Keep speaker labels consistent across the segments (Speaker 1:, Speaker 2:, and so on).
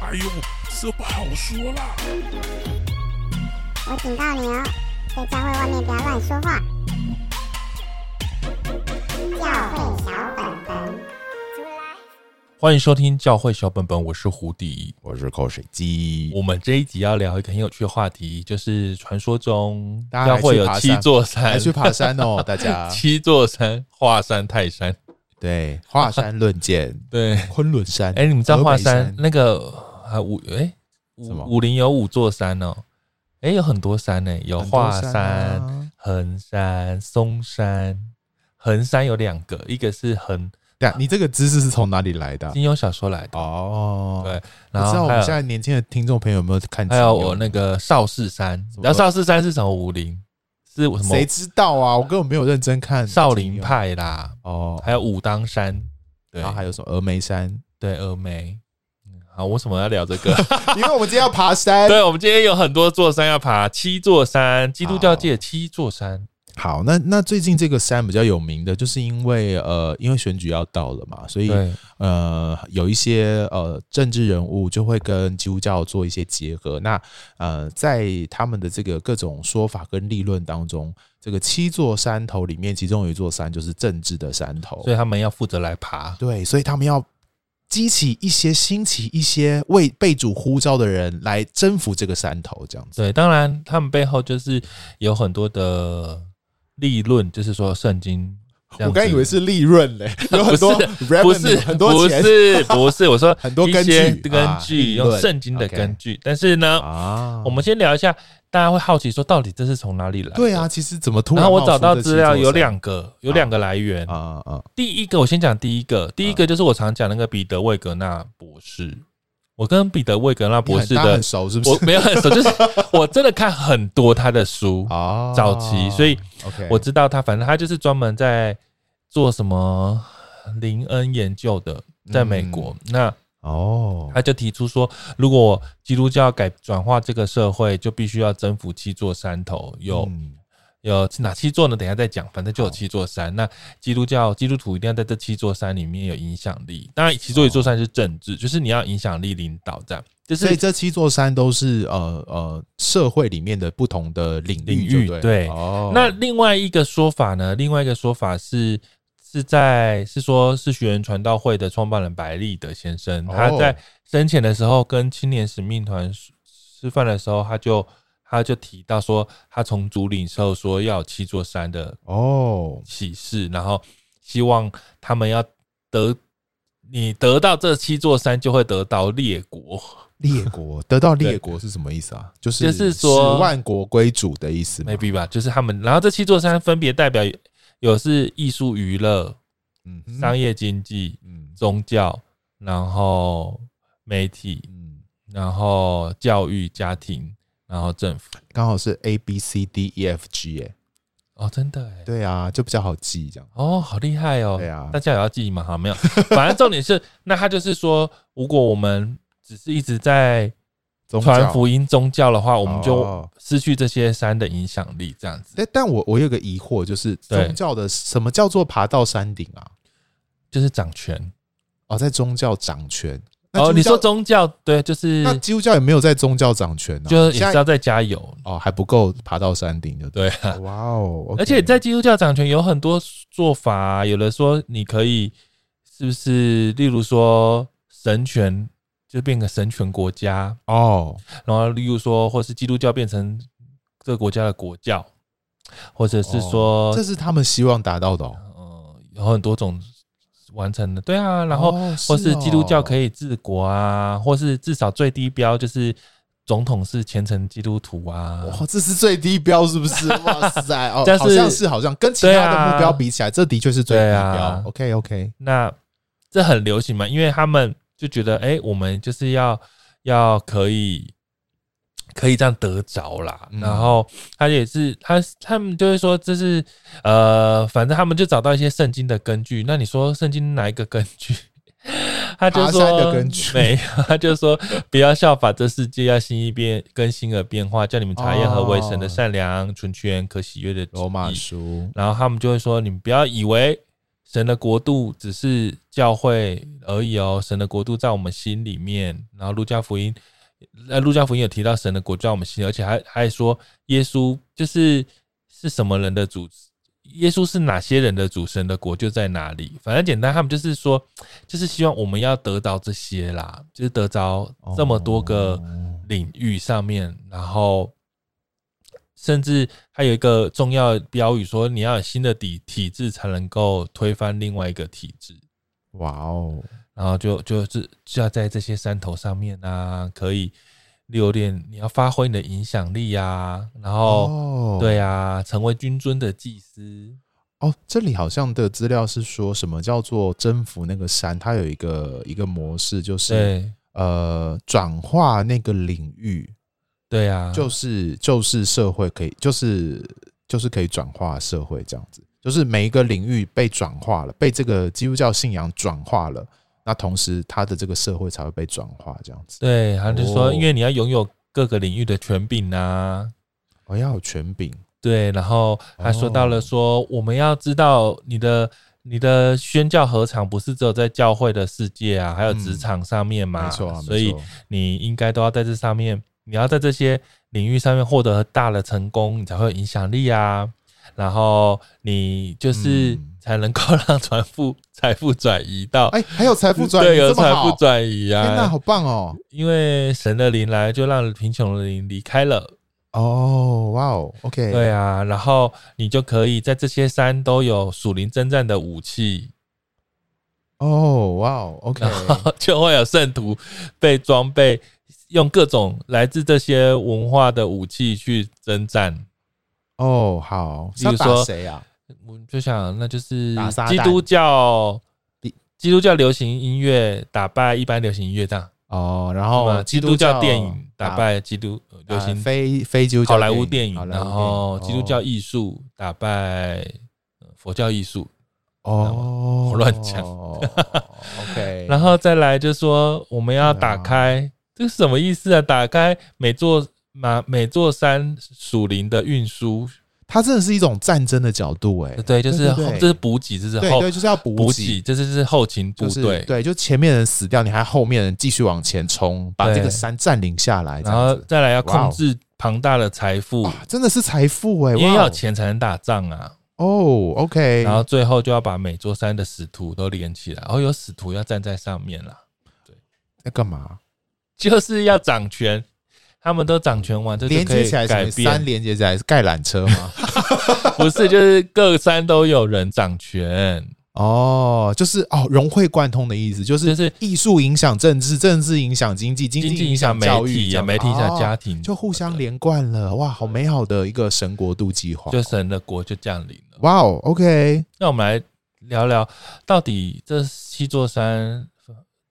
Speaker 1: 哎呦，这不好说啦。
Speaker 2: 我警告你哦，在教会外面不要乱说话。教会小本本，
Speaker 3: 欢迎收听教会小本本，我是胡迪。
Speaker 4: 我是口水鸡。
Speaker 3: 我们这一集要聊一个很有趣的话题，就是传说中
Speaker 4: 大家
Speaker 3: 教
Speaker 4: 还去
Speaker 3: 会有
Speaker 4: 爬
Speaker 3: 七
Speaker 4: 山
Speaker 3: 座山，
Speaker 4: 还去爬山 哦，大家
Speaker 3: 七座山，华山、泰山。
Speaker 4: 对华山论剑，
Speaker 3: 对，哎、
Speaker 4: 昆仑山。
Speaker 3: 你们知道华山
Speaker 4: 峨眉
Speaker 3: 那个啊五哎、
Speaker 4: 什么
Speaker 3: 五五林有五座山哦，哎、有很多山呢、有
Speaker 4: 很多
Speaker 3: 华
Speaker 4: 山
Speaker 3: 山、
Speaker 4: 啊
Speaker 3: 衡山、嵩山。衡山有两个，一个是衡
Speaker 4: 对啊，你这个知识是从哪里来的啊？
Speaker 3: 金庸小说来的，
Speaker 4: 哦，
Speaker 3: 对，
Speaker 4: 不
Speaker 3: 然后
Speaker 4: 知道我
Speaker 3: 还
Speaker 4: 们
Speaker 3: 有
Speaker 4: 现在年轻的听众朋友有没有看金庸？
Speaker 3: 还有我那个邵氏山，
Speaker 4: 什么
Speaker 3: 然后邵氏山是什么武林？是什么
Speaker 4: 谁知道啊？我根本没有认真看
Speaker 3: 少
Speaker 4: 金庸
Speaker 3: 林派啦，
Speaker 4: 哦，
Speaker 3: 还有武当山，对
Speaker 4: 然后还有什么峨 眉山？
Speaker 3: 对峨眉。嗯好，为什么要聊这 个？
Speaker 4: 因为我们今天要爬山。
Speaker 3: 对，我们今天有很多座山要爬，七座山，基督教界七座山。
Speaker 4: 好，那那最近这个山比较有名的，就是因为呃，因为选举要到了嘛，所以
Speaker 3: 对，
Speaker 4: 呃，有一些呃政治人物就会跟基督教做一些结合。那呃，在他们的这个各种说法跟立论当中，这个七座山头里面，其中有一座山就是政治的山头
Speaker 3: 所。以他们要负责来爬。
Speaker 4: 对，所以他们要激起一些、兴起一些为被主呼召的人来征服这个山头，这样子。
Speaker 3: 对，当然他们背后就是有很多的利润，就是说圣经这样子。
Speaker 4: 我刚以为是利润 嘞，有很多 revenue，
Speaker 3: 不是
Speaker 4: 很多
Speaker 3: 不
Speaker 4: 钱
Speaker 3: 是不是，我说
Speaker 4: 很多
Speaker 3: 一
Speaker 4: 根据
Speaker 3: 些
Speaker 4: 啊
Speaker 3: 根据
Speaker 4: 利
Speaker 3: 用
Speaker 4: 润
Speaker 3: 圣经的
Speaker 4: OK
Speaker 3: 根据，但是呢，
Speaker 4: 啊
Speaker 3: 我们先聊一下，大家会好奇说到底这是从哪里来？
Speaker 4: 对啊，，其实怎么突
Speaker 3: 然
Speaker 4: 然
Speaker 3: 后我
Speaker 4: 冒
Speaker 3: 找
Speaker 4: 出
Speaker 3: 到
Speaker 4: 这
Speaker 3: 资
Speaker 4: 七
Speaker 3: 料有
Speaker 4: 座山
Speaker 3: 两个，有两个来源。
Speaker 4: 啊啊
Speaker 3: 第一个，我先讲第一个，第一个就是我常讲那个彼得魏格纳博士。我跟彼得魏格纳博士
Speaker 4: 你很大家
Speaker 3: 的
Speaker 4: 很，熟是不
Speaker 3: 我
Speaker 4: 是？
Speaker 3: 没有很熟，就是我真的看很多他的书，
Speaker 4: 啊
Speaker 3: 早期，所以
Speaker 4: OK，
Speaker 3: 我知道他，反正他就是专门在做什么林恩研究的，在美
Speaker 4: 嗯
Speaker 3: 国。那
Speaker 4: 哦，
Speaker 3: 他就提出说，如果基督教改转化这个社会，就必须要征服七座山头，有
Speaker 4: 嗯
Speaker 3: 有哪七座呢？等一下再讲，反正就有七座山。那基督教基督徒一定要在这七座山里面有影响力。当然，其中一座山是政治，就是你要影响力领导这样。就
Speaker 4: 哦所以
Speaker 3: 是
Speaker 4: 这七座山都是呃呃社会里面的不同的领
Speaker 3: 领
Speaker 4: 就
Speaker 3: 域
Speaker 4: 对了
Speaker 3: 对
Speaker 4: 哦，
Speaker 3: 那另外一个说法呢？另外一个说法是是在是说是学员传道会的创办人白立德先生，
Speaker 4: 哦
Speaker 3: 他在生前的时候跟青年使命团吃吃饭的时候，他就他就提到说，他从主领受说要有七座山的
Speaker 4: 哦
Speaker 3: 启示，然后希望他们要得你得到这七座山，就会得到列国。
Speaker 4: 列国得到列国是什么意思啊？就是
Speaker 3: 就是说
Speaker 4: 十万国归主的意思吗
Speaker 3: maybe 吧，就是他们。然后这七座山分别代表有是艺术娱乐、
Speaker 4: 嗯
Speaker 3: 商业经济、
Speaker 4: 嗯
Speaker 3: 宗教，然后媒体，
Speaker 4: 嗯，
Speaker 3: 然后教育、家庭，然后政府。
Speaker 4: 刚好是 A B C D E F G 哎，
Speaker 3: 哦，真的哎。
Speaker 4: 对啊，就比较好记这样。
Speaker 3: 哦，好厉害哦！
Speaker 4: 对啊
Speaker 3: 大家有要记吗？哈，没有。反正重点是，那他就是说，如果我们只是一直在
Speaker 4: 宗教
Speaker 3: 传福音宗教的话，我们就
Speaker 4: 哦
Speaker 3: 失去这些山的影响力，这样子
Speaker 4: 但但我我有个疑惑，就是
Speaker 3: 对
Speaker 4: 宗教的什么叫做爬到山顶啊？
Speaker 3: 就是掌权。
Speaker 4: 哦，在宗教掌权。那
Speaker 3: 哦，
Speaker 4: 基督
Speaker 3: 你说
Speaker 4: 教
Speaker 3: 宗教对，就是
Speaker 4: 那基督教也没有在宗教掌权啊，
Speaker 3: 就是也
Speaker 4: 现
Speaker 3: 是
Speaker 4: 在
Speaker 3: 要再加油，
Speaker 4: 哦还不够爬到山顶就对。
Speaker 3: 对啊。
Speaker 4: 哇哦，OK！
Speaker 3: 而且在基督教掌权有很多做法啊、有的说你可以是不是，例如说神权就变个神权国家，
Speaker 4: 哦，
Speaker 3: 然后例如说或是基督教变成这个国家的国教，或者是说、
Speaker 4: 这是他们希望达到的哦。
Speaker 3: 哦呃有很多种完成的，对啊，然后。
Speaker 4: 哦
Speaker 3: 或是基督教可
Speaker 4: 以
Speaker 3: 以治国啊，或是至少最低标就是总统是虔诚基督徒啊。
Speaker 4: 哇，这是最低标是 不是？哇塞，哦
Speaker 3: 但，是
Speaker 4: 好像是好像跟其
Speaker 3: 对
Speaker 4: 他
Speaker 3: 啊
Speaker 4: 的目标比起来，这的确是最低
Speaker 3: 对啊
Speaker 4: 标。OK OK，
Speaker 3: 那这很流行嘛，因为他们就觉得，哎、我们就是要要可以可以这样得着啦。
Speaker 4: 嗯
Speaker 3: 然后他也是他他们就会说，这是呃，反正他们就找到一些圣经的根据。那你说圣经哪一个根据？ 他就说
Speaker 4: 爬山的根据
Speaker 3: 没有，他就说不要效法这世界，要心意变更新而变化，叫你们察验何为神的
Speaker 4: 哦
Speaker 3: 善良、纯全、可喜悦的旨
Speaker 4: 罗马
Speaker 3: 意
Speaker 4: 书
Speaker 3: 然后他们就会说：“你们不要以为神的国度只是教会而已哦，神的国度在我们心里面。然后路加福音，呃，路加福音有提到神的国度在我们心里，而且还还说耶稣就是是什么人的主，耶稣是哪些人的主，神的国就在哪里。反正简单，他们就是说，就是希望我们要得到这些啦，就是得着这么多个。
Speaker 4: 哦
Speaker 3: 领域上面，然后甚至还有一个重要的标语说，你要有新的体体制才能够推翻另外一个体制，
Speaker 4: 哇哦，
Speaker 3: 然后就就是就要在这些山头上面啊，可以有点你要发挥你的影响力啊，然后、
Speaker 4: 哦
Speaker 3: 对啊，成为君尊的祭司，
Speaker 4: 哦，这里好像的资料是说什么叫做征服那个山，它有一个一个模式，就是
Speaker 3: 对
Speaker 4: 呃转化那个领域，
Speaker 3: 对啊，
Speaker 4: 就是就是社会可以，就是就是可以转化社会这样子，就是每一个领域被转化了，被这个基督教信仰转化了，那同时它的这个社会才会被转化这样子。
Speaker 3: 对，他就说，
Speaker 4: 哦
Speaker 3: 因为你要拥有各个领域的权柄啊，
Speaker 4: 哦，要有权柄
Speaker 3: 对，然后还说到了
Speaker 4: 哦
Speaker 3: 说，我们要知道你的你的宣教何尝不是只有在教会的世界啊，还有职
Speaker 4: 嗯
Speaker 3: 场上面嘛，
Speaker 4: 没错啊没
Speaker 3: 所以
Speaker 4: 错
Speaker 3: 你应该都要在这上面，你要在这些领域上面获得大的成功，你才会有影响力啊。然后你就是
Speaker 4: 嗯
Speaker 3: 才能够 让财富财富转移到，
Speaker 4: 哎，还有财富转移
Speaker 3: 对，有
Speaker 4: 这么
Speaker 3: 财
Speaker 4: 好
Speaker 3: 富，转移
Speaker 4: 天哪，
Speaker 3: 啊
Speaker 4: 好，棒哦！
Speaker 3: 因为神的灵来，就让贫穷的灵离开了。
Speaker 4: 哦，哇哦，OK，
Speaker 3: 对啊，然后你就可以在这些山都有属灵征战的武器，
Speaker 4: 哦，哇哦，OK，
Speaker 3: 然后就会有圣徒被装备，用各种来自这些文化的武器去征战。
Speaker 4: 哦， 好，
Speaker 3: 例如
Speaker 4: 是要
Speaker 3: 说
Speaker 4: 打谁啊？
Speaker 3: 我就想，那就是
Speaker 4: 打撒旦
Speaker 3: 基督教
Speaker 4: 比，
Speaker 3: 基督教流行音乐打败一般流行音乐这样，
Speaker 4: 哦，然
Speaker 3: 是
Speaker 4: 后
Speaker 3: 吗基督教电
Speaker 4: 啊
Speaker 3: 影打败基督呃流
Speaker 4: 流
Speaker 3: 行
Speaker 4: 行非啊非基督教
Speaker 3: 好莱坞电影
Speaker 4: 好，莱坞
Speaker 3: 然
Speaker 4: 电
Speaker 3: 后
Speaker 4: 影
Speaker 3: 基督教
Speaker 4: 哦
Speaker 3: 艺术打败呃佛教艺术，
Speaker 4: 哦，
Speaker 3: 我乱讲
Speaker 4: ，OK，
Speaker 3: 然后再来就说我们要
Speaker 4: 对
Speaker 3: 打
Speaker 4: 啊
Speaker 3: 开，这是什么意思啊？打开每座马每座山属灵的运输，
Speaker 4: 它真的是一种战争的角度，哎，
Speaker 3: 对，就是后
Speaker 4: 对
Speaker 3: 这是补给，这是
Speaker 4: 对
Speaker 3: 后
Speaker 4: 对，就是要
Speaker 3: 补
Speaker 4: 补
Speaker 3: 给，，这就是后勤部
Speaker 4: 就是
Speaker 3: 队。
Speaker 4: 对，就前面人死掉，你还后面人继续往前冲，把
Speaker 3: 对
Speaker 4: 这个山占领下来，这
Speaker 3: 然
Speaker 4: 样
Speaker 3: 后
Speaker 4: 子
Speaker 3: 再来要
Speaker 4: 哇
Speaker 3: 控
Speaker 4: 哦
Speaker 3: 制庞大的财富，
Speaker 4: 哇，真的是财富哎，
Speaker 3: 因为
Speaker 4: 哇
Speaker 3: 要
Speaker 4: 哦
Speaker 3: 钱才能打仗啊。
Speaker 4: 哦，OK，
Speaker 3: 然后最后就要把每座山的使徒都连起来，然哦后有使徒要站在上面啦，
Speaker 4: 要干嘛？
Speaker 3: 就是要掌权。他们都掌权完，这就
Speaker 4: 连
Speaker 3: 可
Speaker 4: 接
Speaker 3: 以
Speaker 4: 起来什
Speaker 3: 改
Speaker 4: 么？
Speaker 3: 变
Speaker 4: 三连接起来是盖缆车吗？
Speaker 3: 不是，就是各山都有人掌权，
Speaker 4: 哦，就是哦，融会贯通的意思，就是
Speaker 3: 就是
Speaker 4: 艺术影响政治，政治影响经济，经
Speaker 3: 经济影
Speaker 4: 影
Speaker 3: 响
Speaker 4: 响
Speaker 3: 媒
Speaker 4: 教育
Speaker 3: 体
Speaker 4: 这
Speaker 3: 啊，
Speaker 4: 样
Speaker 3: 媒体影响家
Speaker 4: 哦
Speaker 3: 庭，
Speaker 4: 就互相，连贯了。哇，好美好的一个神国度计划。
Speaker 3: 就神的国就降临了。
Speaker 4: 哇哦，OK，
Speaker 3: 那我们来聊聊，到底这七座山，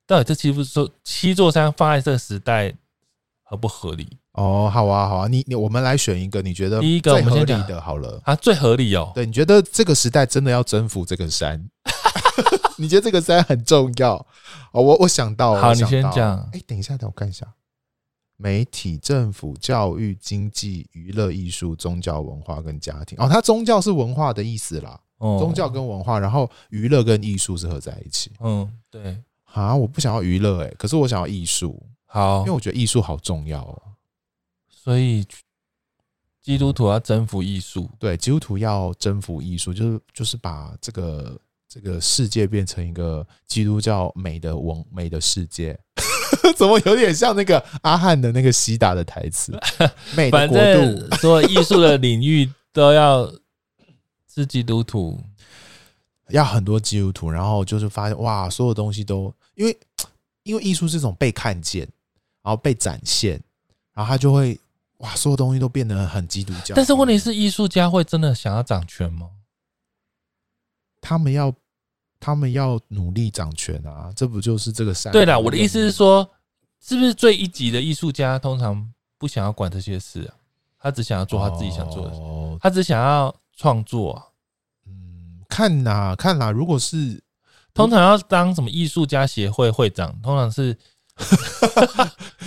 Speaker 3: 到底这七座七座山放在这个时代合不合理？
Speaker 4: 哦，好啊，好啊，你你我们来选一个你觉得
Speaker 3: 第一个
Speaker 4: 最
Speaker 3: 我们
Speaker 4: 合
Speaker 3: 先
Speaker 4: 理
Speaker 3: 讲
Speaker 4: 的，好了。
Speaker 3: 啊，最合理哦。
Speaker 4: 对，你觉得这个时代真的要征服这个山？ 你觉得这个山很重要？哦，我我想到了，
Speaker 3: 好
Speaker 4: 我
Speaker 3: 你
Speaker 4: 想
Speaker 3: 先
Speaker 4: 到了
Speaker 3: 讲
Speaker 4: 哎，等一下，等我看一下。媒体、政府、教育、经济、娱乐、艺术、宗教、文化跟家庭。哦，它宗教是文化的意思啦，
Speaker 3: 哦
Speaker 4: 宗教，跟文化，然后娱乐跟艺术是合在一起。
Speaker 3: 嗯，对，
Speaker 4: 啊，我不想要娱乐，哎，可是我想要艺术，
Speaker 3: 好
Speaker 4: 因为，我觉得艺术好重要哦。
Speaker 3: 所以基督徒要征服艺术，
Speaker 4: 对，基督徒要征服艺术，就是就是把这个这个世界变成一个基督教美的文美的世界。 怎么有点像那个阿汉的那个西达的台词？ 美的
Speaker 3: 反
Speaker 4: 国
Speaker 3: 正
Speaker 4: 度，
Speaker 3: 所有艺术的领域都要是基督徒。
Speaker 4: 要很多基督徒，然后就是发现哇，所有东西都因为因为艺术是一种被看见，然后被展现，然后他就会哇，所有东西都变得很基督教。
Speaker 3: 但是问题是，艺术家会真的想要掌权吗？
Speaker 4: 他们要他们要努力掌权啊，这不就是这个善？
Speaker 3: 对啦，我的意思是说，是不是最一级的艺术家通常不想要管这些事啊？他只想要做他自己想做的事，
Speaker 4: 哦
Speaker 3: 他只想要创作啊、
Speaker 4: 嗯，看呐、看呐、如果是
Speaker 3: 通常要当什么艺术家协会会长，通常是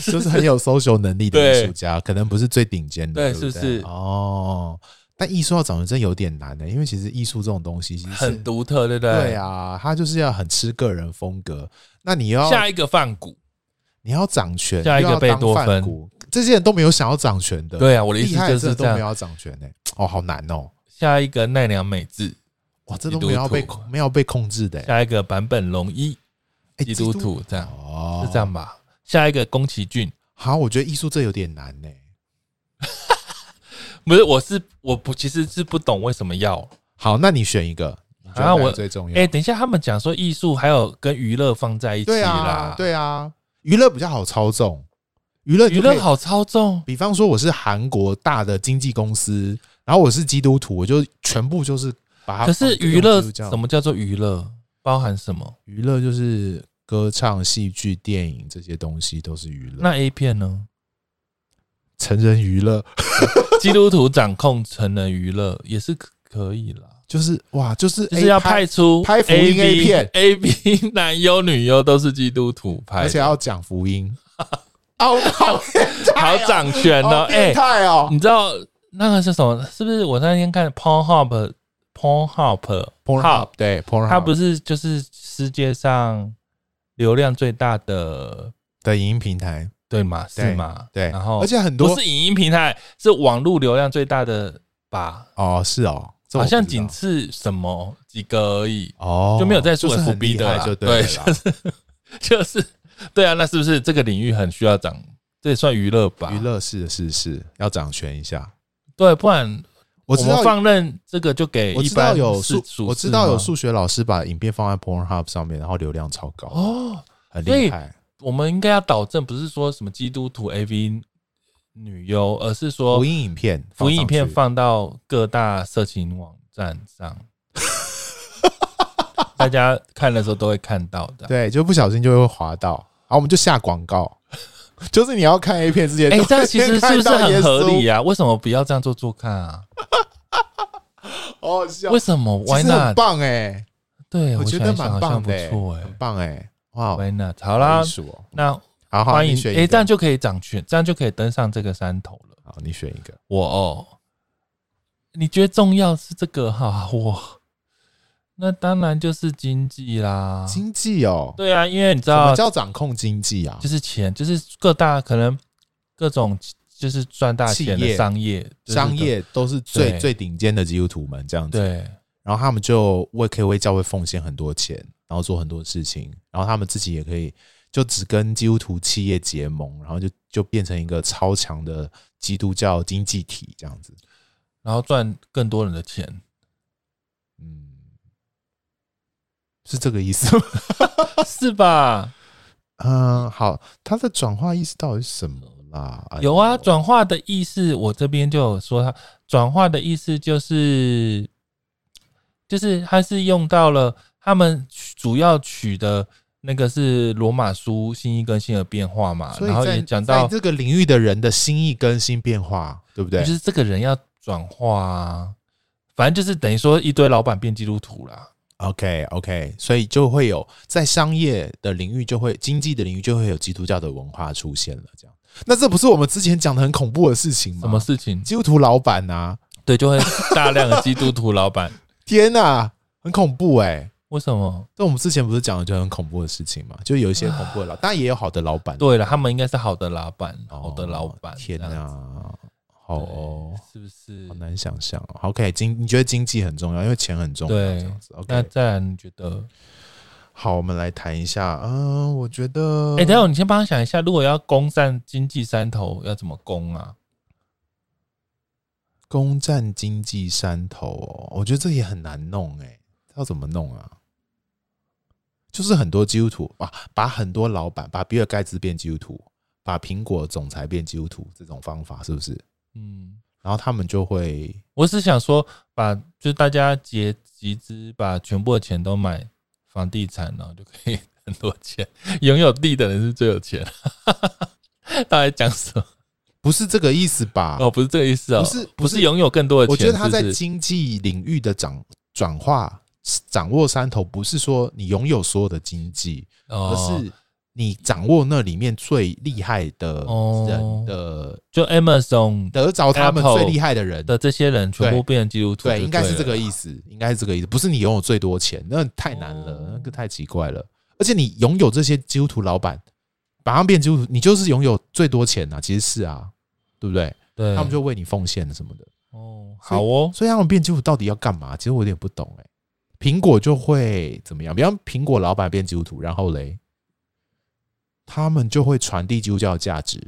Speaker 4: 就是很有 social 能力的
Speaker 3: 对
Speaker 4: 艺术家，可能不是最顶尖的，
Speaker 3: 对
Speaker 4: 对，
Speaker 3: 是不
Speaker 4: 对
Speaker 3: 是
Speaker 4: 哦，但艺术要找人真有点难的、因为其实艺术这种东西其实是
Speaker 3: 很独特，对不对？
Speaker 4: 对啊，它就是要很吃个人风格。那你要
Speaker 3: 下一个放股，
Speaker 4: 你要掌权，
Speaker 3: 下一个
Speaker 4: 又要
Speaker 3: 贝
Speaker 4: 当
Speaker 3: 多
Speaker 4: 范
Speaker 3: 芬
Speaker 4: 谷，这些人都没有想要掌权的。
Speaker 3: 对啊，我的意
Speaker 4: 厉
Speaker 3: 思
Speaker 4: 害
Speaker 3: 就
Speaker 4: 真
Speaker 3: 是
Speaker 4: 的
Speaker 3: 这
Speaker 4: 都没有
Speaker 3: 样。
Speaker 4: 要掌权呢、哦，好难哦，
Speaker 3: 下一个奈良美智，
Speaker 4: 哇，这
Speaker 3: 基
Speaker 4: 都
Speaker 3: 督
Speaker 4: 没有要被
Speaker 3: 徒
Speaker 4: 没有被控制的、欸。
Speaker 3: 下一个坂本龙一，
Speaker 4: 哎
Speaker 3: 基督徒这样
Speaker 4: 哦，
Speaker 3: 是这。样吧？下一个宫崎骏，
Speaker 4: 好，我觉得艺术这有点难欸呢、
Speaker 3: 不是，我是我不其实是不懂为什么要。
Speaker 4: 好，那你选一个，你觉得
Speaker 3: 啊
Speaker 4: 哪个
Speaker 3: 我
Speaker 4: 最重要。
Speaker 3: 哎、等一下，他们讲说艺术还有跟娱乐放在一起
Speaker 4: 对
Speaker 3: 啦
Speaker 4: 啊，，对啊，娱乐比较好操纵，娱乐
Speaker 3: 娱
Speaker 4: 就可以
Speaker 3: 乐。好操纵，
Speaker 4: 比方说我是韩国大的经纪公司，然后我是基督徒，我就全部就是把它。
Speaker 3: 可是娱乐
Speaker 4: 什
Speaker 3: 什么叫做娱乐？包含什么？
Speaker 4: 娱乐就是歌唱、戏剧、电影这些东西都是娱乐。
Speaker 3: 那 A 片 呢？
Speaker 4: 成人娱乐
Speaker 3: 基督徒掌控成人娱乐也是可可以啦，
Speaker 4: 就是哇，就是
Speaker 3: 就是要
Speaker 4: A
Speaker 3: 派出
Speaker 4: 拍福音
Speaker 3: A
Speaker 4: A 片
Speaker 3: A B 男优女优都是基督徒拍的，
Speaker 4: 而且要讲 福音。好好 变态
Speaker 3: 好
Speaker 4: 哦
Speaker 3: 掌权哦
Speaker 4: 好，
Speaker 3: 哎、
Speaker 4: 变态哦
Speaker 3: 你知道那个是什么？是不是我那天看 Pornhub Pornhub
Speaker 4: ！Pornhub 对 Pornhub，
Speaker 3: 它不是就是世界上流量最大的
Speaker 4: 的影音平台，
Speaker 3: 对吗？
Speaker 4: 对
Speaker 3: 是吗？
Speaker 4: 对，
Speaker 3: 然后
Speaker 4: 而且很
Speaker 3: 不
Speaker 4: 多
Speaker 3: 是影音平台，是网络流量最大的吧？
Speaker 4: 哦，是哦，这我
Speaker 3: 好
Speaker 4: 不
Speaker 3: 像
Speaker 4: 知道
Speaker 3: 仅次什么几个而已，
Speaker 4: 哦，
Speaker 3: 就没有再出
Speaker 4: 就是很
Speaker 3: FB 的
Speaker 4: 厉害
Speaker 3: 啦
Speaker 4: 就
Speaker 3: 对
Speaker 4: 对了啦
Speaker 3: 就是对啊，那是不是这个领域很需要涨？这也算娱乐吧？
Speaker 4: 娱乐是是是，要掌权一下。
Speaker 3: 对，不然
Speaker 4: 我知
Speaker 3: 们
Speaker 4: 道
Speaker 3: 放任这个就给
Speaker 4: 我
Speaker 3: 一
Speaker 4: 知道
Speaker 3: 般
Speaker 4: 有
Speaker 3: 是
Speaker 4: 数，我知道有数学老师把影片放在 Pornhub 上面，然后流量超高，
Speaker 3: 哦。
Speaker 4: 很
Speaker 3: 所
Speaker 4: 厉
Speaker 3: 以
Speaker 4: 害。
Speaker 3: 我们应该要导正，不是说什么基督徒 AV 女优，而是说
Speaker 4: 福音影片，
Speaker 3: 福音影片
Speaker 4: 上去
Speaker 3: 放到各大色情网站 上，大家看的时候都会看到的。
Speaker 4: 对，就不小心就会滑到，然后我们就下广告， 就是你要看 A 片之前，
Speaker 3: 哎、
Speaker 4: 都
Speaker 3: 这样
Speaker 4: 会
Speaker 3: 其实是
Speaker 4: 看
Speaker 3: 不是
Speaker 4: 到耶
Speaker 3: 很合理
Speaker 4: 稣？
Speaker 3: 啊？为什么不要这样做做看啊？
Speaker 4: 好好笑
Speaker 3: 为，什么
Speaker 4: 啊其
Speaker 3: ？Why
Speaker 4: 实很
Speaker 3: not？
Speaker 4: 棒哎，
Speaker 3: 对，
Speaker 4: 我
Speaker 3: 我
Speaker 4: 觉
Speaker 3: 想
Speaker 4: 得
Speaker 3: 一想
Speaker 4: 蛮
Speaker 3: 好像
Speaker 4: 棒
Speaker 3: 不
Speaker 4: 的欸，
Speaker 3: 错哎、
Speaker 4: 很棒哎，哇，
Speaker 3: Why not？好啦
Speaker 4: 艺，术哦，
Speaker 3: 那
Speaker 4: 好好，
Speaker 3: 啊欢
Speaker 4: 你
Speaker 3: 迎
Speaker 4: 选
Speaker 3: 哎、
Speaker 4: 一个
Speaker 3: 这样就可以掌权，这样就可以登上这个山头了。
Speaker 4: 好，你选一个，
Speaker 3: 我哦，你觉得重要是这个哈、我那当然就是经济啦。
Speaker 4: 经济哦，
Speaker 3: 啊对啊，因为你知
Speaker 4: 什么
Speaker 3: 道，
Speaker 4: 叫掌控经济啊
Speaker 3: 就？是钱，就是各大可能各种就是赚大钱
Speaker 4: 企
Speaker 3: 的
Speaker 4: 业
Speaker 3: 商业，就是
Speaker 4: 商业都是最
Speaker 3: 对
Speaker 4: 最顶尖的基督徒们这样子，
Speaker 3: 对
Speaker 4: 然后他们就为可以为教会奉献很多钱，然后做很多事情，然后他们自己也可以就只跟基督徒企业结盟，然后就就变成一个超强的基督教经济体这样子。
Speaker 3: 然后赚更多人的钱，
Speaker 4: 嗯，是这个意 思吗？
Speaker 3: 是吧？
Speaker 4: 嗯，好，它的转化意思到底是什么啦？哎呦
Speaker 3: 有啊，转化的意思，我这边就有说它转化的意思就是，就是它是用到了他们取主要取的那个是罗马书新一跟新的变化嘛，
Speaker 4: 所
Speaker 3: 然后
Speaker 4: 以
Speaker 3: 也
Speaker 4: 在
Speaker 3: 讲
Speaker 4: 在
Speaker 3: 到
Speaker 4: 这个领域的人的心意更新变化，对不对？
Speaker 3: 就是这个人要转化啊，反正就是等于说一堆老板变基督徒啦。
Speaker 4: OK OK，所以就会有在商业的领域，就会经济的领域就会有基督教的文化出现了。这样，那这不是我们之前讲的很恐怖的事情吗？
Speaker 3: 什么事情？
Speaker 4: 基督徒老板啊？
Speaker 3: 对，就会大量的基督徒老板。
Speaker 4: 天哪、很恐怖哎、
Speaker 3: 为什么？
Speaker 4: 那我们之前不是讲的就很恐怖的事情嘛？就有一些恐怖的老，但也有好的老板，啊
Speaker 3: 对了，他们应该是好的老板，
Speaker 4: 哦，
Speaker 3: 好的老板。
Speaker 4: 天
Speaker 3: 哪、
Speaker 4: 哪、好哦，
Speaker 3: 是不是
Speaker 4: 好？难想象、哦。OK，经你觉得经济很重要，因为钱很重要，
Speaker 3: 对
Speaker 4: 这样子。OK，
Speaker 3: 那再来，你觉得？
Speaker 4: 好，我们来谈一下。嗯，我觉得，
Speaker 3: 哎、等一下你先帮他想一下，如果要攻占经济山头，要怎么攻啊？
Speaker 4: 攻占经济山头哦，我觉得这也很难弄哎、要怎么弄啊？就是很多基督徒把把很多老板，把比尔盖茨变基督徒，把苹果总裁变基督徒这种方法是不是？
Speaker 3: 嗯，
Speaker 4: 然后他们就会
Speaker 3: 我是想说把，就是大家结集资，把全部的钱都买房地产，然后就可以 很多钱。拥有地的人 是最有钱。他在讲什么？
Speaker 4: 不是这个意思吧？
Speaker 3: 哦，不是这个意思哦，
Speaker 4: 啊不是
Speaker 3: 不
Speaker 4: 不
Speaker 3: 是
Speaker 4: 是
Speaker 3: 拥有更多的钱，
Speaker 4: 我觉得他
Speaker 3: 是不
Speaker 4: 在
Speaker 3: 是
Speaker 4: 经济领域的掌转化掌握山头，不是说你拥有所有的经济，
Speaker 3: 哦
Speaker 4: 而是你掌握那里面最厉害的
Speaker 3: 哦
Speaker 4: 人的，
Speaker 3: 就 Amazon 的
Speaker 4: 得着他们
Speaker 3: Apple
Speaker 4: 最厉害的人。
Speaker 3: 这些人全部变成基督徒就了，
Speaker 4: 对，应该是这个意思，应该是这个意思，不是你拥有最多钱，那太难了
Speaker 3: 哦，
Speaker 4: 那个太奇怪了。而且你拥有这些基督徒老板，把他们变基督徒，你就是拥有最多钱啊，其实是啊，对不对？
Speaker 3: 对，
Speaker 4: 他们就为你奉献什么的，
Speaker 3: 哦，好哦，
Speaker 4: 所以他们变基督徒到底要干嘛？其实我有点不懂哎、苹果就会怎么样？比方苹果老板变基督徒，然后嘞，他们就会传递基督教的价值，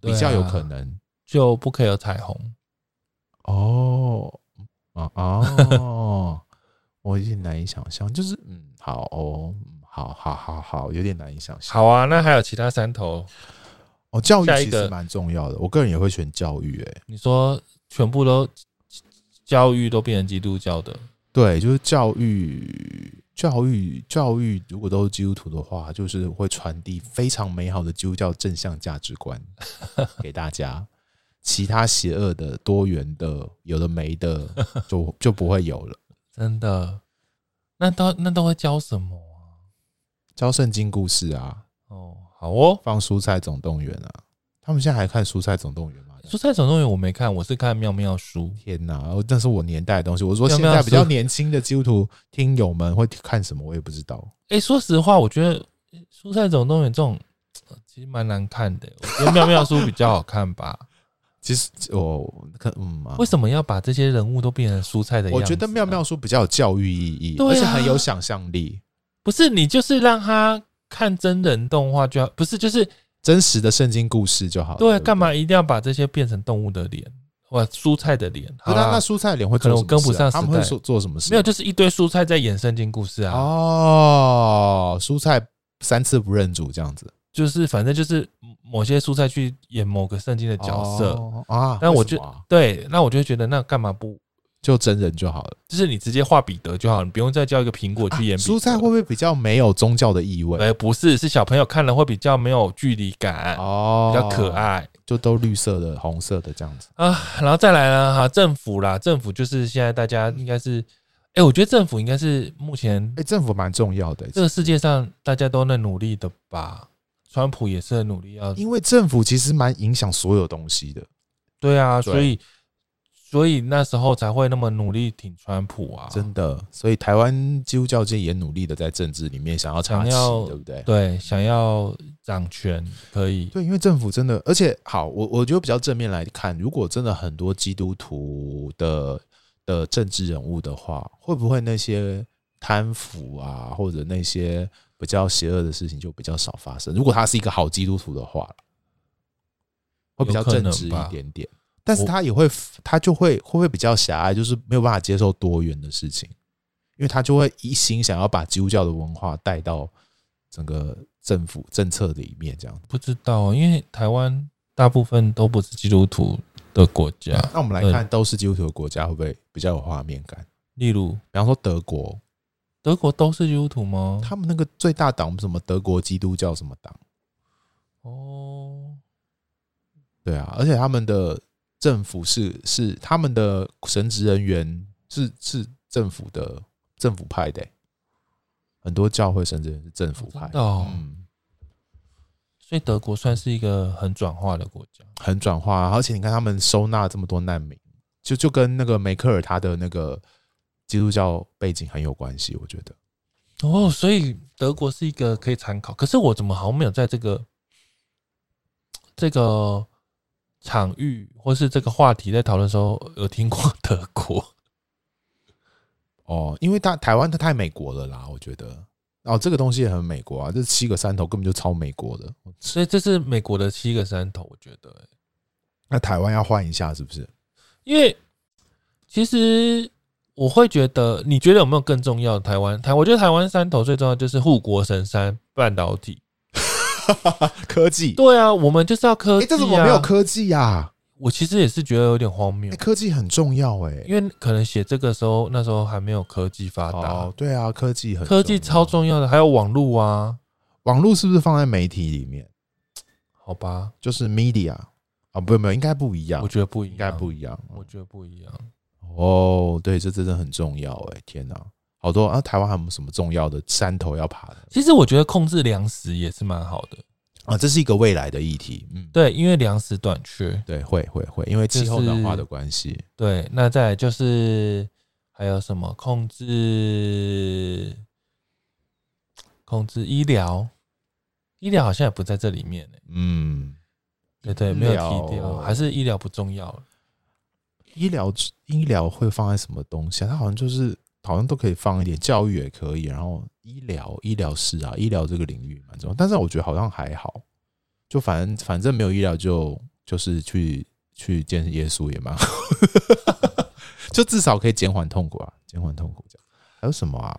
Speaker 3: 对啊
Speaker 4: 比较有可能
Speaker 3: 就不可以有彩虹。
Speaker 4: 哦，啊哦，我有点难以想象，就是嗯，好哦，嗯好好好好，有点难以想象。
Speaker 3: 好啊，那还有其他山头，
Speaker 4: 哦，教育
Speaker 3: 下一
Speaker 4: 其
Speaker 3: 个
Speaker 4: 实蛮重要的，我个人也会选教育、欸，
Speaker 3: 你说全部都教育都变成基督教的，
Speaker 4: 对，就是教育，教育，教育，如果都是基督徒的话，就是会传递非常美好的基督教正向价值 观给大家。其他邪恶的、多元的、有的 没的，就就不会有了。
Speaker 3: 真的？那都那都会教什么啊？
Speaker 4: 教圣经故事啊，
Speaker 3: 哦，好哦，
Speaker 4: 放《蔬菜总动员》啊，他们现在还看《蔬菜总动员》吗？
Speaker 3: 蔬菜总动员我没看，我是看妙妙书。
Speaker 4: 天哪，哦那是我年代的东西。我说
Speaker 3: 有
Speaker 4: 现
Speaker 3: 没有
Speaker 4: 在比较
Speaker 3: 蔬
Speaker 4: 年轻的基督徒听友们会看什么，我也不知道。
Speaker 3: 诶，说实话，我觉得《蔬菜总动员》这种呃其实蛮难看的，我觉得妙妙书比较好看吧。
Speaker 4: 其实我可嗯啊，
Speaker 3: 为什么要把这些人物都变成蔬菜的样子啊、
Speaker 4: 我觉得妙妙书比较有教育意义，
Speaker 3: 对啊
Speaker 4: 而且很有想象力，
Speaker 3: 不是你就是让他看真人动画就要，不是就是
Speaker 4: 真实的圣经故事就好了。
Speaker 3: 对，啊
Speaker 4: 不
Speaker 3: 干？嘛一定要把这些变成动物的脸或蔬菜的脸？好
Speaker 4: 那那
Speaker 3: 啦，
Speaker 4: 蔬菜脸会做
Speaker 3: 啊可能我
Speaker 4: 什么事
Speaker 3: 跟不上
Speaker 4: 啊
Speaker 3: 时代
Speaker 4: 他们会做做什么事？
Speaker 3: 没有，就是一堆蔬菜在演圣经故事啊，
Speaker 4: 哦，蔬菜三次不认主这样子
Speaker 3: 就是反正就是某些蔬菜去演某个圣经的角色。
Speaker 4: 哦啊。
Speaker 3: 但我
Speaker 4: 为什
Speaker 3: 就
Speaker 4: 么啊
Speaker 3: 对，那我就会觉得那干嘛不？
Speaker 4: 就真人就好了。
Speaker 3: 就是你直接画彼得就好，你不用再叫一个苹果去演、
Speaker 4: 啊蔬菜会不？会比较没有宗教的意味？
Speaker 3: 哎，不是，是小朋友看了会比较没有距离感，
Speaker 4: 哦
Speaker 3: 比，较可，爱。
Speaker 4: 就都绿色的、红色的这样子。
Speaker 3: 啊，然后再来呢，哈、政府啦，政府就是现在大家应该是，哎、我觉得政府应该是目前
Speaker 4: 哎，政府蛮重要的，欸
Speaker 3: 这个世界上大家都在努力的吧，川普也是很努力要，
Speaker 4: 因为政府其实蛮影响所有东西的。
Speaker 3: 对啊，
Speaker 4: 对
Speaker 3: 所以所以那时候才会那么努力挺川普啊，
Speaker 4: 真的，所以台湾基督教界也努力的在政治里面想要插
Speaker 3: 想
Speaker 4: 旗，
Speaker 3: 要
Speaker 4: 对不对？
Speaker 3: 对，想要掌权可以，
Speaker 4: 对，因为政府真的，而且好，我我觉得比较正面来看，如果真的很多基督徒的的政治人物的话，会不会那些贪腐啊，或者那些比较邪恶的事情就比较少发生？如果他是一个好基督徒的话，会比较
Speaker 3: 有可能
Speaker 4: 正直
Speaker 3: 吧
Speaker 4: 一点点，但是
Speaker 3: 我
Speaker 4: 他也会，他就会会不会比较狭隘，就是没有办法接受多元的事情，因为他就会一心想要把基督教的文化带到整个政府政策里面这样。
Speaker 3: 不知道，哦因为台湾大部分都不是基督徒的国家，
Speaker 4: 那我们来看都是基督徒的国家会不会比较有画面感？
Speaker 3: 例如
Speaker 4: 比方说德国，
Speaker 3: 德国都是基督徒吗？
Speaker 4: 他们那个最大党什么德国基督教什么党，
Speaker 3: 哦，
Speaker 4: 对啊，而且他们的政府是是他们的神职人员是是政府的政府派的欸、很多教会神职人是政府派
Speaker 3: 真的哦
Speaker 4: 嗯，
Speaker 3: 所以德国算是一个很转化的国家。
Speaker 4: 很转化啊、而且你看他们收纳这么多难民，就就跟那个梅克尔他的那个基督教背景很有关系，我觉得。
Speaker 3: 哦，所以德国是一个可以参考。可是我怎么好像没有在这个这个场域或是这个话题在讨论的时候有听过德国？
Speaker 4: 哦，因为他台湾它太美国了啦，我觉得。哦，这个东西也很美国啊，这七个山头根本就超美国的。
Speaker 3: 所以这是美国的七个山头，我觉得欸、
Speaker 4: 那台湾要换一下是不是？
Speaker 3: 因为其实我会觉得，你觉得有没有更重要的台湾？台，我觉得台湾山头最重要就是护国神山半导体。
Speaker 4: 科技，
Speaker 3: 对啊，我们就是要科
Speaker 4: 哎、
Speaker 3: 技、啊
Speaker 4: 这怎么没有？科技呀、啊？
Speaker 3: 我其实也是觉得有点荒
Speaker 4: 哎、
Speaker 3: 谬。
Speaker 4: 科技很重要哎、
Speaker 3: 因为可能写这个时候，那时候还没有科技发达，
Speaker 4: 哦，对啊，科技很
Speaker 3: 科技
Speaker 4: 重要
Speaker 3: 超重要的，还有网络啊，
Speaker 4: 网络是不是放在媒体里面？
Speaker 3: 好吧，
Speaker 4: 就是 media 啊、不没有，应该不一样，
Speaker 3: 我觉得啊不一样，
Speaker 4: 应该不，一样。
Speaker 3: 我觉得不一样。
Speaker 4: 哦，对，这真的很重要哎、天哪、好多啊，台湾还有没有什么重要的山头要爬的
Speaker 3: 其实我觉得控制粮食也是蛮好的，
Speaker 4: 啊？这是一个未来的议题，嗯，
Speaker 3: 对，因为粮食短缺。
Speaker 4: 对，会会会，因为气候暖化的关系，
Speaker 3: 对，那再来就是还有什么控制控制医疗，医疗好像也不在这里面、欸、
Speaker 4: 嗯，
Speaker 3: 对对，没有提
Speaker 4: 医
Speaker 3: 掉，
Speaker 4: 疗
Speaker 3: 还是医疗不重要了。
Speaker 4: 医疗医疗会放在什么东西啊？它好像就是好像都可以放一点，教育也可以，然后医疗医疗是啊，医疗这个领域蛮重要，但是我觉得好像还好，就反正反正没有医疗就就是去去见耶稣也蛮好， 就至少可以减缓痛苦啊，减缓痛苦这样。还有什么啊？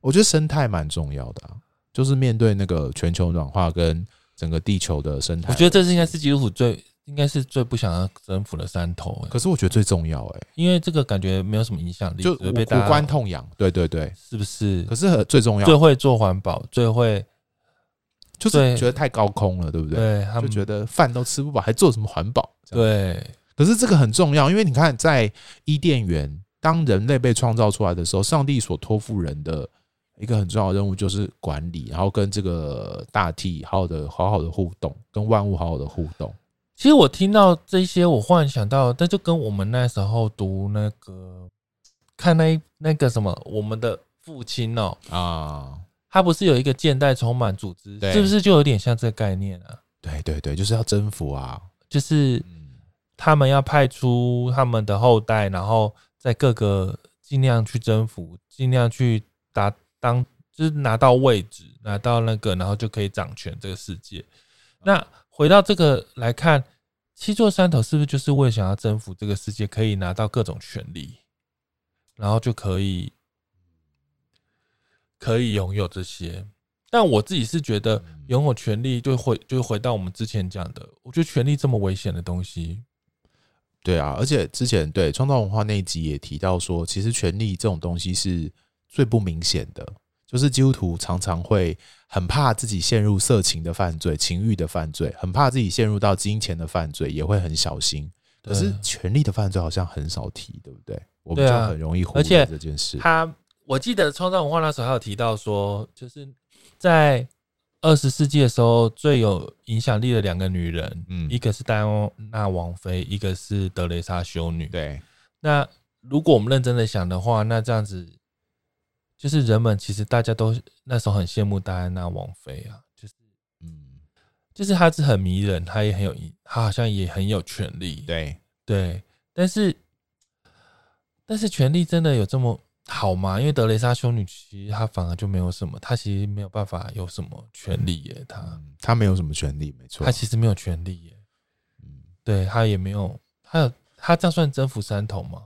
Speaker 4: 我觉得生态蛮重要的啊，就是面对那个全球暖化跟整个地球的生态，
Speaker 3: 我觉得这是应该是基督徒最应该是最不想要征服的山头、欸
Speaker 4: 可是我觉得最重要哎、
Speaker 3: 因为这个感觉没有什么影响力，
Speaker 4: 就
Speaker 3: 只会
Speaker 4: 无
Speaker 3: 被大家
Speaker 4: 无关痛痒，对对对。
Speaker 3: 是不是？
Speaker 4: 可是很最重要
Speaker 3: 最会做环保，最会
Speaker 4: 就是
Speaker 3: 对
Speaker 4: 觉得太高空了，对不对？
Speaker 3: 对他
Speaker 4: 就
Speaker 3: 们
Speaker 4: 觉得饭都吃不饱，还做什么环保？这样，
Speaker 3: 对
Speaker 4: 可是这个很重要，因为你看，在伊甸园，当人类被创造出来的时候，上帝所托付人的一个很重要的任务就是管理，然后跟这个大地好好的、好好的互动，跟万物好好的互动。
Speaker 3: 其实我听到这些，我忽然想到，那就跟我们那时候读那个看那一那个什么，我们的父亲哦，
Speaker 4: 啊，
Speaker 3: 他不是有一个现代充满组织，
Speaker 4: 对
Speaker 3: 是不是就有点像这个概念啊？
Speaker 4: 对对对，就是要征服啊，
Speaker 3: 就是
Speaker 4: 嗯，
Speaker 3: 他们要派出他们的后代，然后在各个尽量去征服，尽量去达当，就是拿到位置，拿到那个，然后就可以掌权这个世界。那回到这个来看，七座山头是不是就是为了想要征服这个世界，可以拿到各种权利，然后就可以可以拥有这些？但我自己是觉得
Speaker 4: 嗯
Speaker 3: 拥有权利就回就回到我们之前讲的，我觉得权利这么危险的东西，
Speaker 4: 对啊，而且之前对创造文化那一集也提到说，其实权力这种东西是最不明显的，就是基督徒常常会很怕自己陷入色情的犯罪、情欲的犯罪，很怕自己陷入到金钱的犯罪，也会很小心。可
Speaker 3: 对啊
Speaker 4: 是权力的犯罪好像很少提，对不对？我们
Speaker 3: 对
Speaker 4: 就
Speaker 3: 啊
Speaker 4: 很容易忽
Speaker 3: 而且
Speaker 4: 略这件事。
Speaker 3: 他我记得创造文化那时候还有提到说，就是在二十世纪的时候最有影响力的两个女人，
Speaker 4: 嗯
Speaker 3: 一个是戴安娜王妃，一个是德蕾莎修女。
Speaker 4: 对，
Speaker 3: 那如果我们认真的想的话，那这样子就是人们其实大家都那时候很羡慕戴安娜王妃啊，就是
Speaker 4: 嗯，
Speaker 3: 就是她是很迷人，她也很有影，她好像也很有权利。
Speaker 4: 对，
Speaker 3: 对，但是但是权力真的有这么好吗？因为德雷莎修女其实她反而就没有什么，她其实没有办法有什么权利耶，她
Speaker 4: 嗯他没有什么权利，没错
Speaker 3: 啊她。其实没有权利耶，
Speaker 4: 嗯，
Speaker 3: 对她也没有，她有她这样算征服山头吗？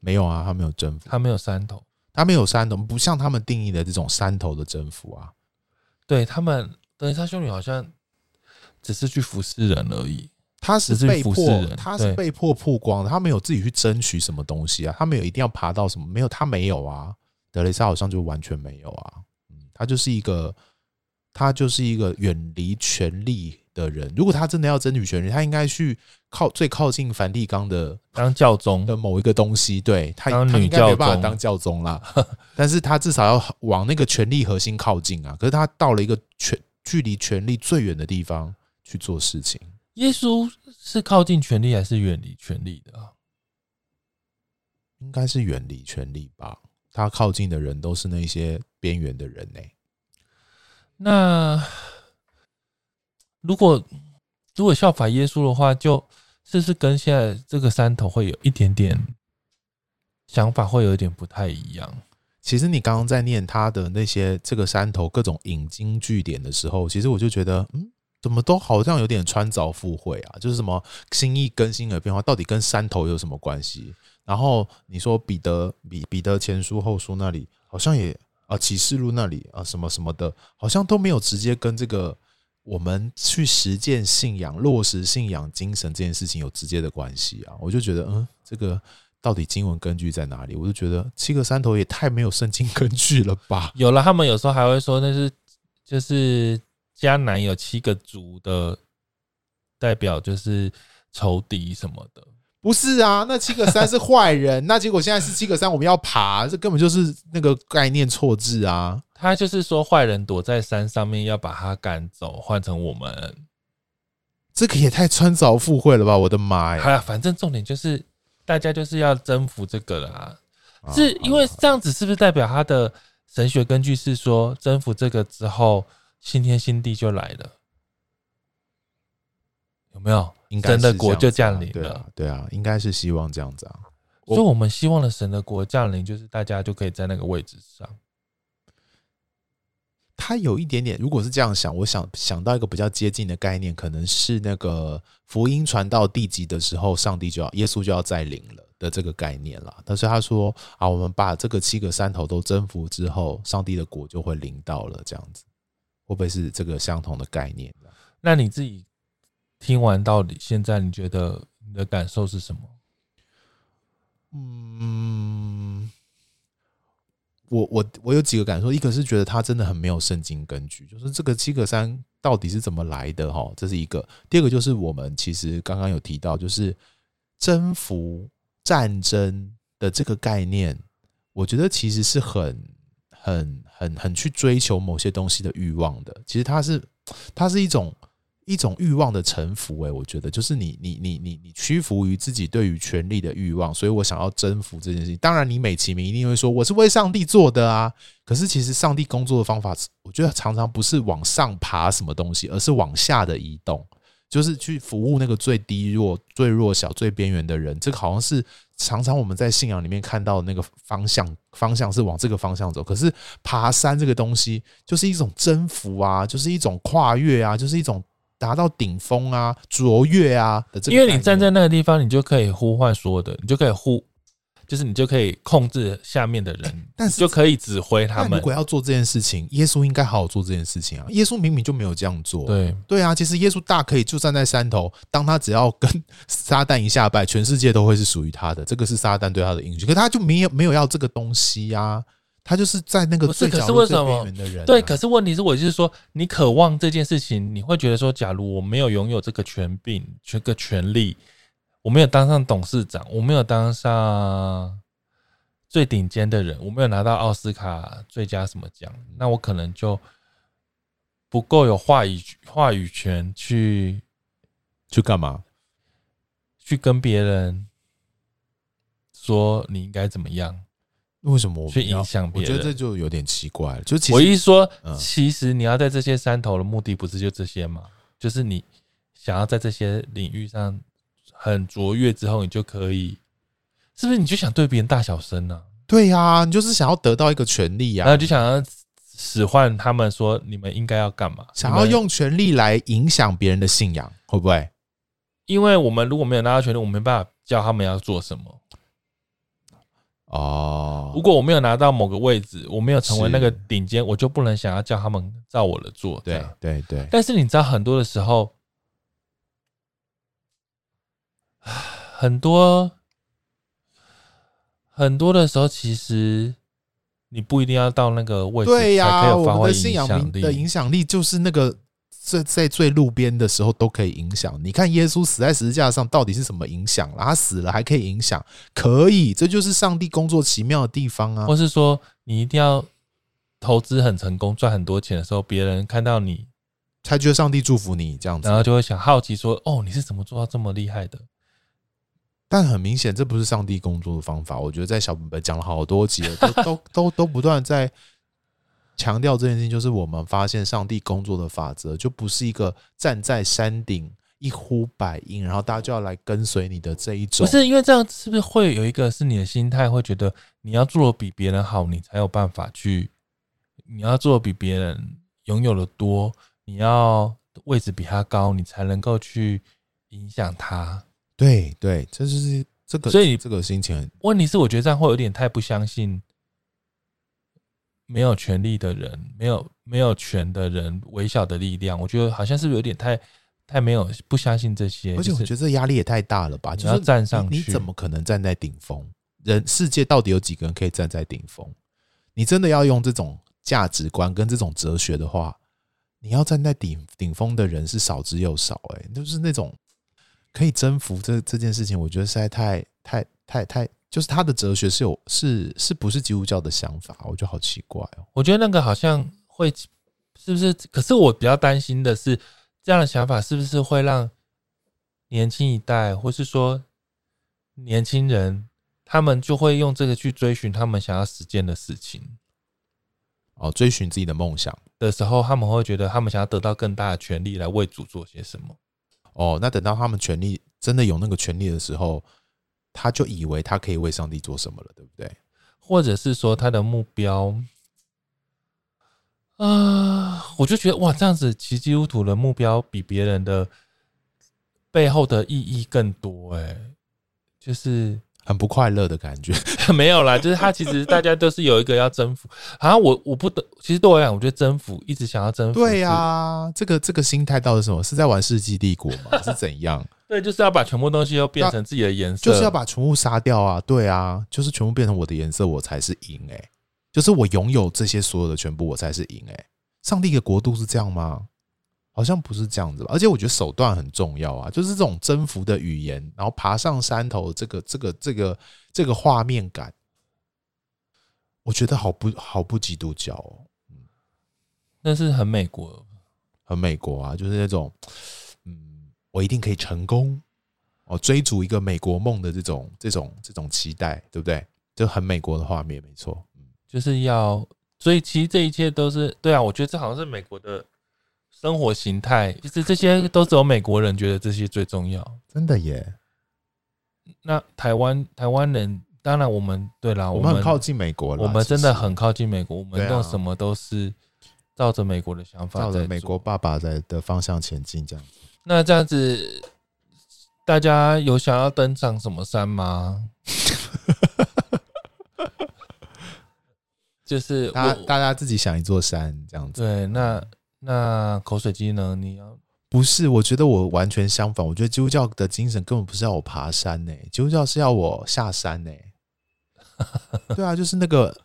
Speaker 4: 没有啊，他没有征服，
Speaker 3: 她没有山头，
Speaker 4: 他没有山头，不像他们定义的这种山头的征服啊。
Speaker 3: 对他们德雷莎修女好像只是去服侍人而已，
Speaker 4: 他是
Speaker 3: 只是
Speaker 4: 被
Speaker 3: 服
Speaker 4: 迫
Speaker 3: 侍人，
Speaker 4: 他是
Speaker 3: 对
Speaker 4: 被迫曝光的，他没有自己去争取什么东西啊，他没有一定要爬到什么，没有，他没有啊。德雷莎好像就完全没有啊，嗯，他就是一个，他就是一个远离权力的人。如果他真的要争取权力，他应该去靠最靠近梵蒂冈的
Speaker 3: 当教宗
Speaker 4: 的某一个东西，对他，
Speaker 3: 嗯当
Speaker 4: 他
Speaker 3: 女
Speaker 4: 应该没
Speaker 3: 教
Speaker 4: 办法
Speaker 3: 宗
Speaker 4: 当教宗啦， 但是他至少要往那个权力核心靠近啊。可是他到了一个权距离权力最远的地方去做事情。
Speaker 3: 耶稣是靠近权力还是远离权力的啊？
Speaker 4: 应该是远离权力吧。他靠近的人都是那些边缘的人呢、
Speaker 3: 那如果如果效法耶稣的话，就是不是跟现在这个山头会有一点点想法，会有一点不太一样？
Speaker 4: 其实你刚刚在念他的那些这个山头各种引经据典的时候，其实我就觉得，嗯，怎么都好像有点穿凿附会啊，就是什么心意更新而变化，到底跟山头有什么关系？然后你说彼得彼彼得前书后书那里好像也啊启示录那里啊什么什么的，好像都没有直接跟这个我们去实践信仰、落实信仰精神这件事情有直接的关系啊。我就觉得，嗯，这个到底经文根据在哪里？我就觉得七个山头也太没有圣经根据了吧？
Speaker 3: 有了，他们有时候还会说那是就是迦南有七个族的代表，就是仇敌什么的。
Speaker 4: 不是啊，那七个 三是坏人，那结果现在是七个三，我们要爬，这根本就是那个概念错置啊！
Speaker 3: 他就是说坏人躲在山上面要把他赶走，换成我们。
Speaker 4: 这个也太穿凿附会了吧！我的妈
Speaker 3: 好
Speaker 4: 哎呀！
Speaker 3: 了，反正重点就是大家就是要征服这个啦。
Speaker 4: 啊
Speaker 3: 是因为这样子，是不是代表他的神学根据是说征服这个之后，新天新地就来了？有没有？
Speaker 4: 应该
Speaker 3: 神的
Speaker 4: 是
Speaker 3: 国就
Speaker 4: 这样
Speaker 3: 降
Speaker 4: 子啊
Speaker 3: 临
Speaker 4: 对
Speaker 3: 了
Speaker 4: 啊，。对啊，应该是希望这样子啊。我
Speaker 3: 所以我们希望的神的国降临，就是大家就可以在那个位置上。
Speaker 4: 他有一点点，如果是这样想，我想想到一个比较接近的概念，可能是那个福音传到地极的时候，上帝就要耶稣就要再临了的这个概念啦。但是他说啊，我们把这个七个山头都征服之后，上帝的国就会临到了，这样子会不会是这个相同的概念？
Speaker 3: 那你自己听完到底现在，你觉得你的感受是什么？
Speaker 4: 嗯，我我我有几个感受，一个是觉得他真的很没有圣经根据，就是这个七个三到底是怎么来的哈，这是一个。第二个就是我们其实刚刚有提到，就是征服战争的这个概念，我觉得其实是很很很很去追求某些东西的欲望的，其实它是它是一种一种欲望的臣服、欸。我觉得就是你你你你你屈服于自己对于权力的欲望，所以我想要征服这件事情。当然，你美其名一定会说我是为上帝做的啊，可是其实上帝工作的方法，我觉得常常不是往上爬什么东西，而是往下的移动。就是去服务那个最低弱、最弱小、最边缘的人，这个好像是常常我们在信仰里面看到的那个方向，方向是往这个方向走。可是爬山这个东西，就是一种征服啊，就是一种跨越啊，就是一种达到顶峰啊、卓越啊的这个
Speaker 3: 因
Speaker 4: 概念。
Speaker 3: 为你站在那个地方，你就可以呼唤所有的，你就可以呼，就是你就可以控制下面的人，
Speaker 4: 但
Speaker 3: 你
Speaker 4: 是
Speaker 3: 就可以指挥他
Speaker 4: 那
Speaker 3: 们
Speaker 4: 如。果要做这件事情，耶稣应该好好做这件事情啊！耶稣明明就没有这样做，
Speaker 3: 对，
Speaker 4: 对啊，其实耶稣大可以就站在山头，当他只要跟 撒旦一下拜，全世界都会是属于他的。这个是撒旦对他的应许，可他就没有没有要这个东西啊，他就是在那个
Speaker 3: 不是
Speaker 4: 最
Speaker 3: 可
Speaker 4: 角
Speaker 3: 是
Speaker 4: 落
Speaker 3: 为
Speaker 4: 最
Speaker 3: 什
Speaker 4: 边
Speaker 3: 么
Speaker 4: 缘的人啊、
Speaker 3: 对，可是问题是我就是说，你渴望这件事情，你会觉得说，假如我没有拥有这个权柄、这个权利，我没有当上董事长，我没有当上最顶尖的人，我没有拿到奥斯卡最佳什么奖，那我可能就不够有话语话语权去
Speaker 4: 去干嘛？
Speaker 3: 去跟别人说你应该怎么样。
Speaker 4: 为什么我们
Speaker 3: 去
Speaker 4: 要
Speaker 3: 影响别
Speaker 4: 我觉得
Speaker 3: 人
Speaker 4: 这就有点奇怪了。就其
Speaker 3: 我
Speaker 4: 实
Speaker 3: 一说
Speaker 4: 嗯，
Speaker 3: 其实你要在这些山头的目的不是就这些吗？就是你想要在这些领域上很卓越之后，你就可以，是不是？你就想对别人大小声呢、
Speaker 4: 对呀、你就是想要得到一个权利
Speaker 3: 然后
Speaker 4: 啊，
Speaker 3: 就想要使唤他们说你们应该要干嘛？
Speaker 4: 想要
Speaker 3: 你们，
Speaker 4: 用权力来影响别人的信仰，会不会？
Speaker 3: 因为我们如果没有拿到权利，我们没办法教他们要做什么。
Speaker 4: 哦，
Speaker 3: 如果我没有拿到某个位置，我没有成为
Speaker 4: 是
Speaker 3: 那个顶尖，我就不能想要叫他们照我的做。这
Speaker 4: 对
Speaker 3: 样
Speaker 4: 对对，
Speaker 3: 但是你知道，很多的时候， 唉很多很多的时候，其实你不一定要到那个位置
Speaker 4: 对呀、
Speaker 3: 才可以
Speaker 4: 我
Speaker 3: 发
Speaker 4: 们
Speaker 3: 挥
Speaker 4: 的信仰
Speaker 3: 响
Speaker 4: 民的
Speaker 3: 力
Speaker 4: 影。响力就是那个在在最路边的时候都可以影响。你看耶稣死在十字架上到底是什么影响啦？他死了还可以影响，可以，这就是上帝工作奇妙的地方啊
Speaker 3: 或！是说，你一定要投资很成功、赚很多钱的时候，别人看到你，
Speaker 4: 他觉得上帝祝福你这样
Speaker 3: 然
Speaker 4: 子，
Speaker 3: 后就会想好奇说：“哦，你是怎么做到这么厉害的
Speaker 4: 但很明显这不是上帝工作的方法。我觉得在小本本讲了好多集了，都 都都都不断在。强调这件事情，就是我们发现上帝工作的法则，就不是一个站在山顶一呼百应，然后大家就要来跟随你的这一？”种。
Speaker 3: 不是因为这样，是不是会有一个是你的心态会觉得你要做的比别人好，你才有办法去你要做得比别人拥有的多，你要位置比他高，你才能够去影响他。
Speaker 4: 对对，这就是这个，
Speaker 3: 所以
Speaker 4: 这个心情很
Speaker 3: 问题是，我觉得这样会有点太不相信没有权利的人，没有没有权的人微小的力量。我觉得好像是不是有点太太没有不相信这些，
Speaker 4: 而且
Speaker 3: 就
Speaker 4: 我
Speaker 3: 是
Speaker 4: 觉得这压力也太大了吧？
Speaker 3: 你
Speaker 4: 就
Speaker 3: 要
Speaker 4: 是
Speaker 3: 站上
Speaker 4: 你，你
Speaker 3: 去
Speaker 4: 怎么可能站在顶峰？人世界到底有几个人可以站在顶峰？你真的要用这种价值观跟这种哲学的话，你要站在顶顶峰的人是少之又少、欸，哎，就是那种可以征服这这件事情，我觉得实在太太太太，就是他的哲学是有是是不是基督教的想法，我觉得好奇怪哦。
Speaker 3: 我觉得那个好像会，是不是？可是我比较担心的是，这样的想法是不是会让年轻一代，或是说年轻人，他们就会用这个去追寻他们想要实践的事情
Speaker 4: 哦，追寻自己的梦想
Speaker 3: 的时候，他们会觉得他们想要得到更大的权利来为主做些什么。
Speaker 4: 哦，那等到他们权利真的有那个权利的时候，他就以为他可以为上帝做什么了，对不对？
Speaker 3: 或者是说他的目标啊、我就觉得哇，这样子其实基督徒的目标比别人的背后的意义更多哎、就是
Speaker 4: 很不快乐的感觉。
Speaker 3: 没有啦，就是他其实大家都是有一个要征服，好像我我不得，其实对我来讲，我觉得征服一直想要征服，
Speaker 4: 对呀、，啊 这个这个心态到底是什么？是在玩《世纪帝国》吗？是怎样？
Speaker 3: 对，就是要把全部东西都变成自己的颜色，
Speaker 4: 就是要把全部杀掉啊！对啊，就是全部变成我的颜色，我才是赢哎、就是我拥有这些所有的全部，我才是赢哎、上帝的国度是这样吗？好像不是这样子吧？而且我觉得手段很重要啊，就是这种征服的语言，然后爬上山头，这个这个这个这个画面感，我觉得好不好不基督教哦。
Speaker 3: 那是很美国，
Speaker 4: 很美国啊，就是那种，嗯，我一定可以成功，哦，追逐一个美国梦的这种、这种、这种期待，对不对？就很美国的画面，没错。嗯，
Speaker 3: 就是要，所以其实这一切都是对啊，我觉得这好像是美国的生活形态，其实这些都只有美国人觉得这些最重要。
Speaker 4: 真的耶，
Speaker 3: 那台湾台湾人，当然我们对啦，
Speaker 4: 我
Speaker 3: 我
Speaker 4: 们
Speaker 3: 们
Speaker 4: 很靠近美国了，
Speaker 3: 我们
Speaker 4: 其实
Speaker 3: 真的很靠近美国，我
Speaker 4: 对
Speaker 3: 们
Speaker 4: 啊
Speaker 3: 弄什么都是照着美国的想法
Speaker 4: 照
Speaker 3: 在
Speaker 4: 着美
Speaker 3: 做
Speaker 4: 国爸爸在的方向前进，这样。
Speaker 3: 那这样子，大家有想要登上什么山吗？ 就是
Speaker 4: 大
Speaker 3: 我
Speaker 4: 家大家自己想一座山，这样子。
Speaker 3: 对，那那口水鸡呢？你要
Speaker 4: 不是，我觉得我完全相反。我觉得基督教的精神根本不是要我爬山呢、基督教是要我下山呢、 对啊，就是那个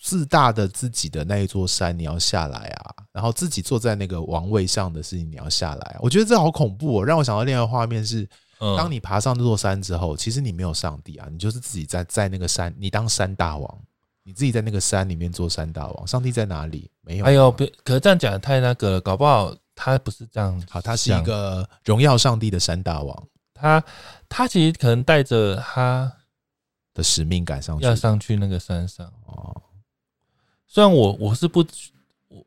Speaker 4: 自大的自己的那一座山，你要下来啊，然后自己坐在那个王位上的事情，你要下来啊、我觉得这好恐怖哦，让我想到另外一个画面是，
Speaker 3: 嗯，
Speaker 4: 当你爬上这座山之后，其实你没有上帝啊，你就是自己在在那个山，你当山大王，你自己在那个山里面做山大王。上帝在哪里？没有啊。
Speaker 3: 还有哎别，可是这样讲得太那个了，搞不好他不是这样想。
Speaker 4: 好，他是一个荣耀上帝的山大王
Speaker 3: 他他其实可能带着他
Speaker 4: 的使命感上去
Speaker 3: 要上去那个山上。
Speaker 4: 哦，
Speaker 3: 虽然我我是不我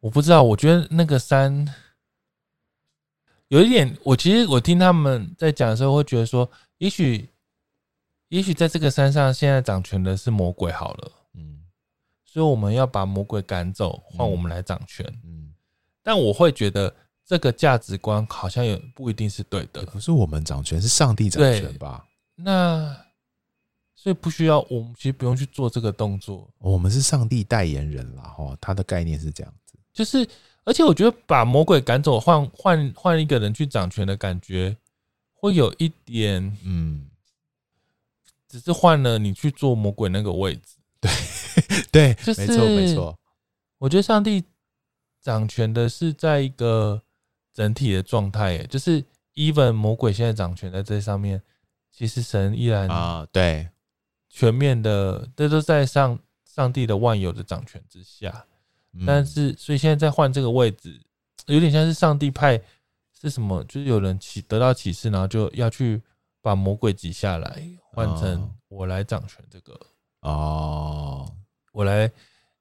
Speaker 3: 我不知道，我觉得那个山有一点，我其实我听他们在讲的时候，会觉得说，也许也许在这个山上现在掌权的是魔鬼好了，
Speaker 4: 嗯
Speaker 3: 所以我们要把魔鬼赶走，换
Speaker 4: 嗯
Speaker 3: 我们来掌权。
Speaker 4: 嗯，
Speaker 3: 但我会觉得这个价值观好像也不一定是对的
Speaker 4: 也。不是我们掌权，是上帝掌权吧？
Speaker 3: 那所以不需要，我们其实不用去做这个动作。
Speaker 4: 我们是上帝代言人啦，哈，他的概念是这样子，
Speaker 3: 就是，而且我觉得把魔鬼赶走，换换换一个人去掌权的感觉，会有一点，
Speaker 4: 嗯，
Speaker 3: 只是换了你去做魔鬼那个位置。
Speaker 4: 对，
Speaker 3: 就是
Speaker 4: 没错没错，
Speaker 3: 我觉得上帝掌权的是在一个整体的状态，耶，就是 even 魔鬼现在掌权在这上面，其实神依然
Speaker 4: 啊，对，
Speaker 3: 全面的，这都在上上帝的万有的掌权之下。
Speaker 4: 嗯
Speaker 3: 但是，所以现在在换这个位置，有点像是上帝派是什么？就是有人启得到启示，然后就要去把魔鬼挤下来，换成
Speaker 4: 哦
Speaker 3: 我来掌权。这个、
Speaker 4: 哦，
Speaker 3: 我来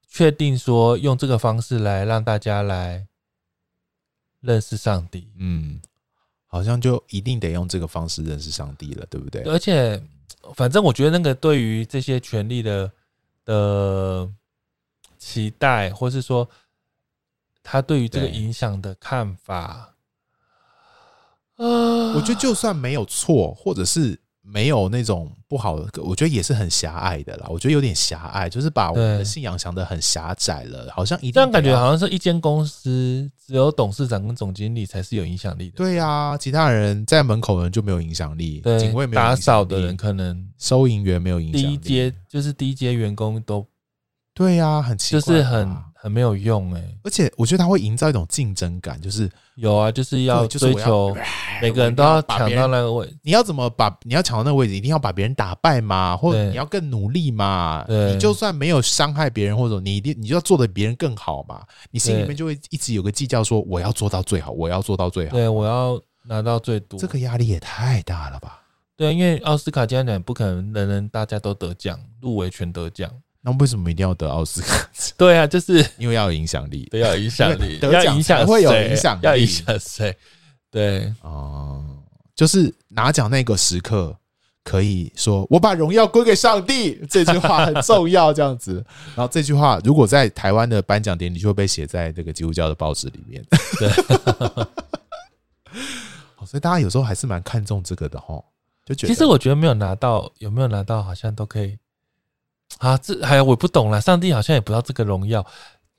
Speaker 3: 确定说，用这个方式来让大家来认识上帝。
Speaker 4: 嗯，好像就一定得用这个方式认识上帝了，对不对？
Speaker 3: 而且，反正我觉得那个对于这些权利的的期待，或是说他对于这个
Speaker 4: 对
Speaker 3: 影响的看法，啊、
Speaker 4: 我觉得就算没有错，或者是没有那种不好的，我觉得也是很狭隘的啦。我觉得有点狭隘，就是把我们
Speaker 3: 对
Speaker 4: 的信仰想的很狭窄了，好像一定
Speaker 3: 这样感
Speaker 4: 得
Speaker 3: 觉
Speaker 4: 要
Speaker 3: 好像是一间公司只有董事长跟总经理才是有影响力的，
Speaker 4: 对呀、其他人在门口的人就没有影响力，
Speaker 3: 对，
Speaker 4: 警卫没有
Speaker 3: 打
Speaker 4: 影响
Speaker 3: 扫的
Speaker 4: 力
Speaker 3: 人，可能
Speaker 4: 收银员没有影响
Speaker 3: 第
Speaker 4: 力，
Speaker 3: 一阶就是第一阶员工都
Speaker 4: 对呀、很
Speaker 3: 就
Speaker 4: 奇怪吧，啊
Speaker 3: 是很很没有用哎、
Speaker 4: 而且我觉得它会营造一种竞争感，就是
Speaker 3: 有啊，就是要
Speaker 4: 对就是
Speaker 3: 追
Speaker 4: 我要
Speaker 3: 求每个人都要抢到那个位，
Speaker 4: 你要怎么把你要抢到那个位置，一定要把别人打败嘛，或者
Speaker 3: 对
Speaker 4: 你要更努力嘛。
Speaker 3: 对
Speaker 4: 你就算没有伤害别人，或者你一定你就要做的比别人更好嘛。你心里
Speaker 3: 对
Speaker 4: 面就会一直有个计较，说我要做到最好，我要做到最好。
Speaker 3: 对我要拿到最多。
Speaker 4: 这个压力也太大了吧？
Speaker 3: 对，因为奥斯卡金像奖不可能人人大家都得奖，入围全得奖。
Speaker 4: 那为什么一定要得奥斯卡？
Speaker 3: 对啊，就是
Speaker 4: 因为要有影响力
Speaker 3: 得要有影响力，
Speaker 4: 得
Speaker 3: 要
Speaker 4: 奖
Speaker 3: 影
Speaker 4: 才
Speaker 3: 响
Speaker 4: 会有
Speaker 3: 谁
Speaker 4: 影响力
Speaker 3: 要影响谁？对
Speaker 4: 哦、就是拿奖那个时刻，可以说我把荣耀归给上帝， 这句话很重要，这样子。然后这句话如果在台湾的颁奖典礼，就会被写在这个基督教的报纸里面。
Speaker 3: 对，
Speaker 4: 哦所以大家有时候还是蛮看重这个的哈，就觉得
Speaker 3: 其实我觉得没有拿到，有没有拿到好像都可以。啊，这还有我不懂啦，上帝好像也不要这个荣耀，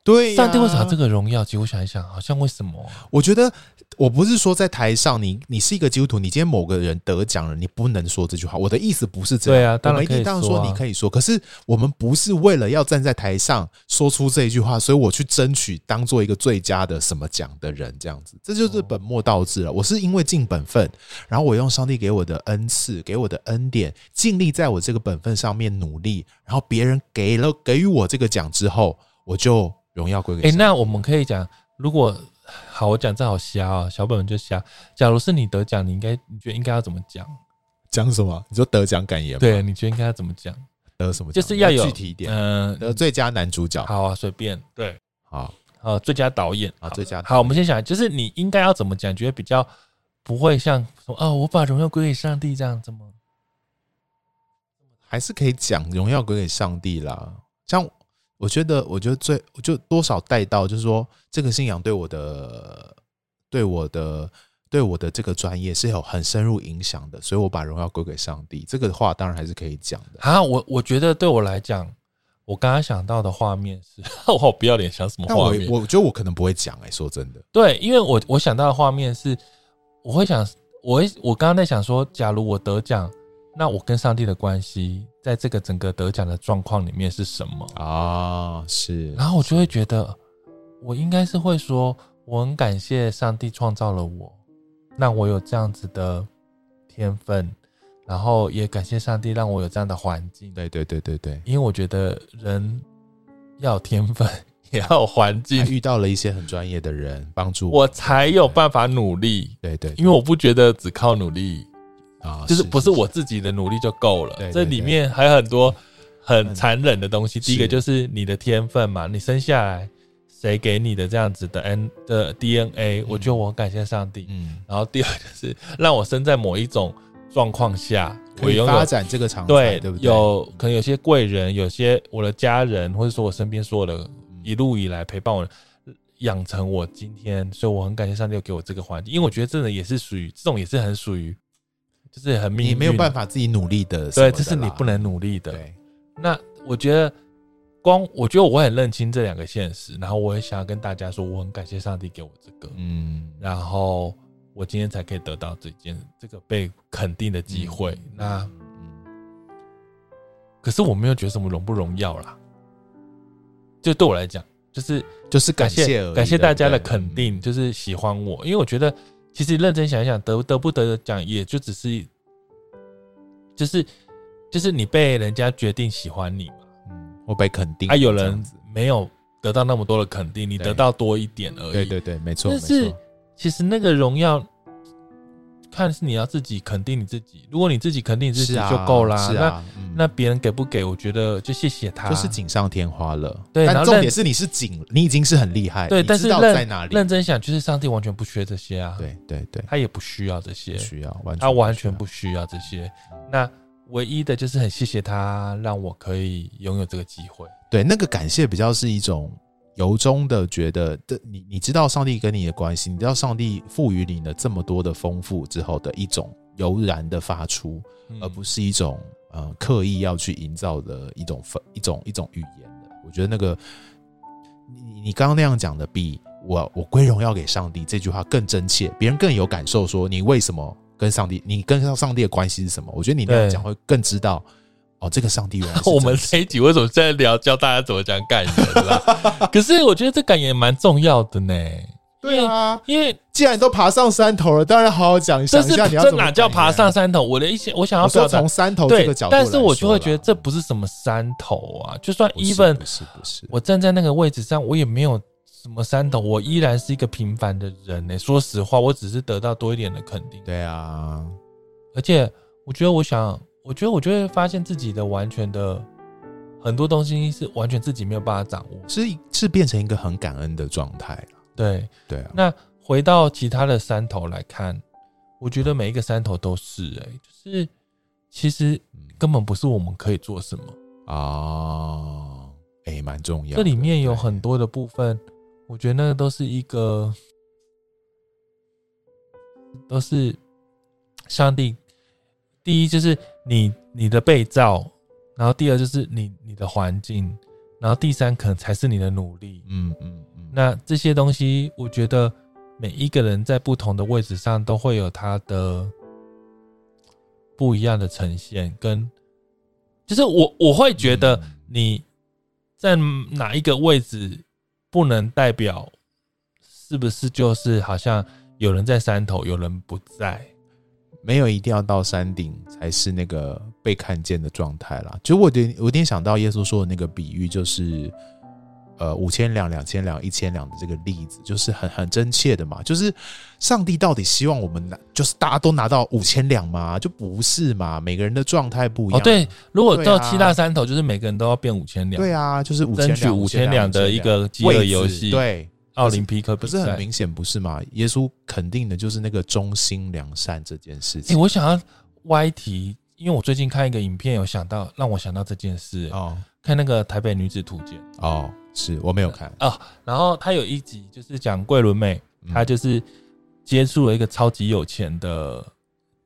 Speaker 4: 对呀、
Speaker 3: 上帝为啥这个荣耀？其实我想一想，好像为什么啊、
Speaker 4: 我觉得我不是说在台上你你是一个基督徒，你今天某个人得奖了，你不能说这句话。我的意思不是这样，
Speaker 3: 对啊当然
Speaker 4: 我们一定
Speaker 3: 可以
Speaker 4: 当然
Speaker 3: 说啊
Speaker 4: 你可以说，可是我们不是为了要站在台上说出这一句话，所以我去争取当做一个最佳的什么奖的人，这样子，这就是本末倒置了。我是因为尽本分，然后我用上帝给我的恩赐，给我的恩典，尽力在我这个本分上面努力，然后别人给了给予我这个奖之后，我就荣耀归给
Speaker 3: 诶，
Speaker 4: 上帝。
Speaker 3: 那我们可以讲，如果好，我讲这好瞎哦，小本本就瞎。假如是你得奖，你应该你觉得应该要怎么讲？
Speaker 4: 讲什么？你说得奖感言吗？
Speaker 3: 对，你觉得应该要怎么讲？
Speaker 4: 得呃什么
Speaker 3: 就
Speaker 4: 奖？
Speaker 3: 是要有
Speaker 4: 具体一点。
Speaker 3: 嗯、
Speaker 4: 得最佳男主角，
Speaker 3: 好啊，随便。对，
Speaker 4: 好，
Speaker 3: 好，最佳导演
Speaker 4: 啊最佳导演
Speaker 3: 好，我们先想，就是你应该要怎么讲，觉得比较不会像说哦，我把荣耀归给上帝这样，怎么？
Speaker 4: 还是可以讲荣耀归给上帝啦。像我觉得，我觉得最我就多少带到，就是说这个信仰对我的、对我的、对我的这个专业是有很深入影响的，所以我把荣耀归给上帝。这个话当然还是可以讲的。
Speaker 3: 啊，我我觉得对我来讲，我刚刚想到的画面是， 我好不要脸，想什么
Speaker 4: 但
Speaker 3: 画
Speaker 4: 我
Speaker 3: 面？
Speaker 4: 我觉得我可能不会讲哎、说真的，
Speaker 3: 对，因为我我想到的画面是，我会想，我会我刚刚在想说，假如我得奖，那我跟上帝的关系，在这个整个得奖的状况里面是什么？
Speaker 4: 啊，是
Speaker 3: 然后我就会觉得，我应该是会说，我很感谢上帝创造了我，让我有这样子的天分，然后也感谢上帝让我有这样的环境。
Speaker 4: 对对对对对，
Speaker 3: 因为我觉得人要有天分， 也要有环
Speaker 4: 还
Speaker 3: 境，
Speaker 4: 遇到了一些很专业的人帮助
Speaker 3: 我才有办法努力。
Speaker 4: 对对，
Speaker 3: 因为我不觉得只靠努力，
Speaker 4: 啊，
Speaker 3: 就是不是我自己的努力就够了。
Speaker 4: 对对
Speaker 3: 这里面还有很多很残忍的东西。
Speaker 4: 是
Speaker 3: 第一个就是你的天分嘛，你生下来谁给你的这样子的 N 的 DNA，、我觉得我很感谢上帝。
Speaker 4: 嗯，
Speaker 3: 然后第二就是让我生在某一种状况下，我
Speaker 4: 可以
Speaker 3: 拥
Speaker 4: 发
Speaker 3: 有
Speaker 4: 展这个长才
Speaker 3: 对
Speaker 4: 对不对？
Speaker 3: 有可能有些贵人，有些我的家人，或者说我身边所有
Speaker 4: 嗯
Speaker 3: 的一路以来陪伴我。养成我今天，所以我很感谢上帝有给我这个环境，因为我觉得真的也是属于这种，也是很属于，就是很命运，
Speaker 4: 你没有办，法自己努力的什么的
Speaker 3: 对，
Speaker 4: 啦，
Speaker 3: 这是你不能努力的。
Speaker 4: 对，
Speaker 3: 那我觉得光，我觉得我会很认清这两个现实，然后我也想要跟大家说，我很感谢上帝给我这个，
Speaker 4: 嗯，
Speaker 3: 然后我今天才可以得到这件这个被肯定的机会。那
Speaker 4: 嗯
Speaker 3: 可是我没有觉得什么荣不荣耀啦，就对我来讲，就是
Speaker 4: 就是感
Speaker 3: 感
Speaker 4: 谢而
Speaker 3: 谢
Speaker 4: 已
Speaker 3: 感谢大家的
Speaker 4: 对不对
Speaker 3: 肯定，
Speaker 4: 嗯
Speaker 3: 就是喜欢我，因为我觉得其实认真想一想，得得不得奖也就只是，就是就是你被人家决定喜欢你嘛，
Speaker 4: 嗯，我被肯定
Speaker 3: 啊，有
Speaker 4: 这样
Speaker 3: 人
Speaker 4: 子
Speaker 3: 没有得到那么多的肯定，你
Speaker 4: 对
Speaker 3: 得到多一点而已。
Speaker 4: 对对对，没错，没
Speaker 3: 但是
Speaker 4: 错，
Speaker 3: 其实那个荣耀，看是你要自己肯定你自己，如果你自己肯定你自己
Speaker 4: 是啊
Speaker 3: 就够啦。
Speaker 4: 是啊，嗯
Speaker 3: 那那别人给不给，我觉得就谢谢他，
Speaker 4: 就是锦上添花了。
Speaker 3: 对然
Speaker 4: 但
Speaker 3: 后
Speaker 4: 重
Speaker 3: 认
Speaker 4: 点是你是锦，你已经是很厉害，
Speaker 3: 对，
Speaker 4: 你
Speaker 3: 但
Speaker 4: 知
Speaker 3: 是
Speaker 4: 道
Speaker 3: 认
Speaker 4: 在哪里？
Speaker 3: 认真想，就是上帝完全不缺这些啊，
Speaker 4: 对对对，
Speaker 3: 他也不需要这些
Speaker 4: 不，需要完全，
Speaker 3: 他完全不需要这些。那唯一的就是很谢谢他，让我可以拥有这个机会。
Speaker 4: 对，那个感谢比较是一种由衷的觉得，这你你知道上帝跟你的关系，你知道上帝赋予你的这么多的丰富之后的一种悠然的发出，而不
Speaker 3: 是
Speaker 4: 是一种呃刻意要去营造的一种氛一种一种语言的。我觉得那个你你刚刚那样讲的，比我我归荣耀给上帝这句话更真切，别人更有感受，说你为什么跟上帝，你跟上上帝的关系是什么？我觉得你那样
Speaker 3: 对
Speaker 4: 讲会更知道哦，这个上帝原来 是
Speaker 3: 我们
Speaker 4: 真实
Speaker 3: 这一集为什么在聊教大家怎么讲感言 啦？可是我觉得这感言蛮重要的呢，
Speaker 4: 对啊，
Speaker 3: 因为
Speaker 4: 既然你都爬上山头了，当然好好讲
Speaker 3: 这
Speaker 4: 想一
Speaker 3: 是
Speaker 4: 下你要
Speaker 3: 这
Speaker 4: 怎么啊
Speaker 3: 哪叫
Speaker 4: 改
Speaker 3: 爬
Speaker 4: 呀
Speaker 3: 上？山头？我的一些我想要
Speaker 4: 我
Speaker 3: 表
Speaker 4: 说
Speaker 3: 达
Speaker 4: 哦啊从山头这
Speaker 3: 对
Speaker 4: 个角，度来
Speaker 3: 但
Speaker 4: 说啦，
Speaker 3: 是我就会觉得这不是什么山头啊，就算
Speaker 4: 不是
Speaker 3: even
Speaker 4: 不是不是，
Speaker 3: 我站在那个位置上，我也没有什么山头，我依然是一个平凡的人呢、说实话，我只是得到多一点的肯定，
Speaker 4: 对啊，
Speaker 3: 而且我觉得，我想，我觉得我就会发现自己的完全的很多东西是完全自己没有办法掌握。
Speaker 4: 是是变成一个很感恩的状态啦
Speaker 3: 对，
Speaker 4: 对啊，
Speaker 3: 那回到其他的山头来看，我觉得每一个山头都是哎、就是其实根本不是我们可以做什么。
Speaker 4: 啊，哎，蛮重要
Speaker 3: 这
Speaker 4: 的。
Speaker 3: 里面有
Speaker 4: 对
Speaker 3: 很多的部分，我觉得那都是一个，都是上帝。第一就是你你的被造，然后第二就是你你的环境，然后第三可能才是你的努力。
Speaker 4: 嗯嗯嗯，
Speaker 3: 那这些东西，我觉得每一个人在不同的位置上都会有他的不一样的呈现，跟就是我我会觉得
Speaker 4: 嗯
Speaker 3: 你在哪一个位置不能代表是不是就是好像有人在山头，有人不在，
Speaker 4: 没有一定要到山顶才是那个被看见的状态啦。就我有点我有点想到耶稣说的那个比喻，就是呃五千两、两千两、一千两的这个例子，就是很很真切的嘛。就是上帝到底希望我们拿，就是大家都拿到五千两吗？就不是嘛，每个人的状态不一样。
Speaker 3: 哦，对，如果到
Speaker 4: 对啊
Speaker 3: 七大山头，就是每个人都要变五千两，
Speaker 4: 对啊，就是五
Speaker 3: 争
Speaker 4: 千
Speaker 3: 取
Speaker 4: 两、
Speaker 3: 五千
Speaker 4: 两
Speaker 3: 两的一个饥饿游戏，，
Speaker 4: 对，
Speaker 3: 奥林匹克
Speaker 4: 不
Speaker 3: 比
Speaker 4: 是
Speaker 3: 赛
Speaker 4: 很。明显，不是嘛？耶稣肯定的就是那个忠心良善这件事
Speaker 3: 哎、
Speaker 4: 情。
Speaker 3: 我想要歪题，因为我最近看一个影片，有想到让我想到这件事，
Speaker 4: 哦
Speaker 3: 看那个《台北女子图鉴》
Speaker 4: 哦，是我没有看，
Speaker 3: 啊，然后她有一集就是讲桂纶镁，
Speaker 4: 嗯
Speaker 3: 她就是接触了一个超级有钱的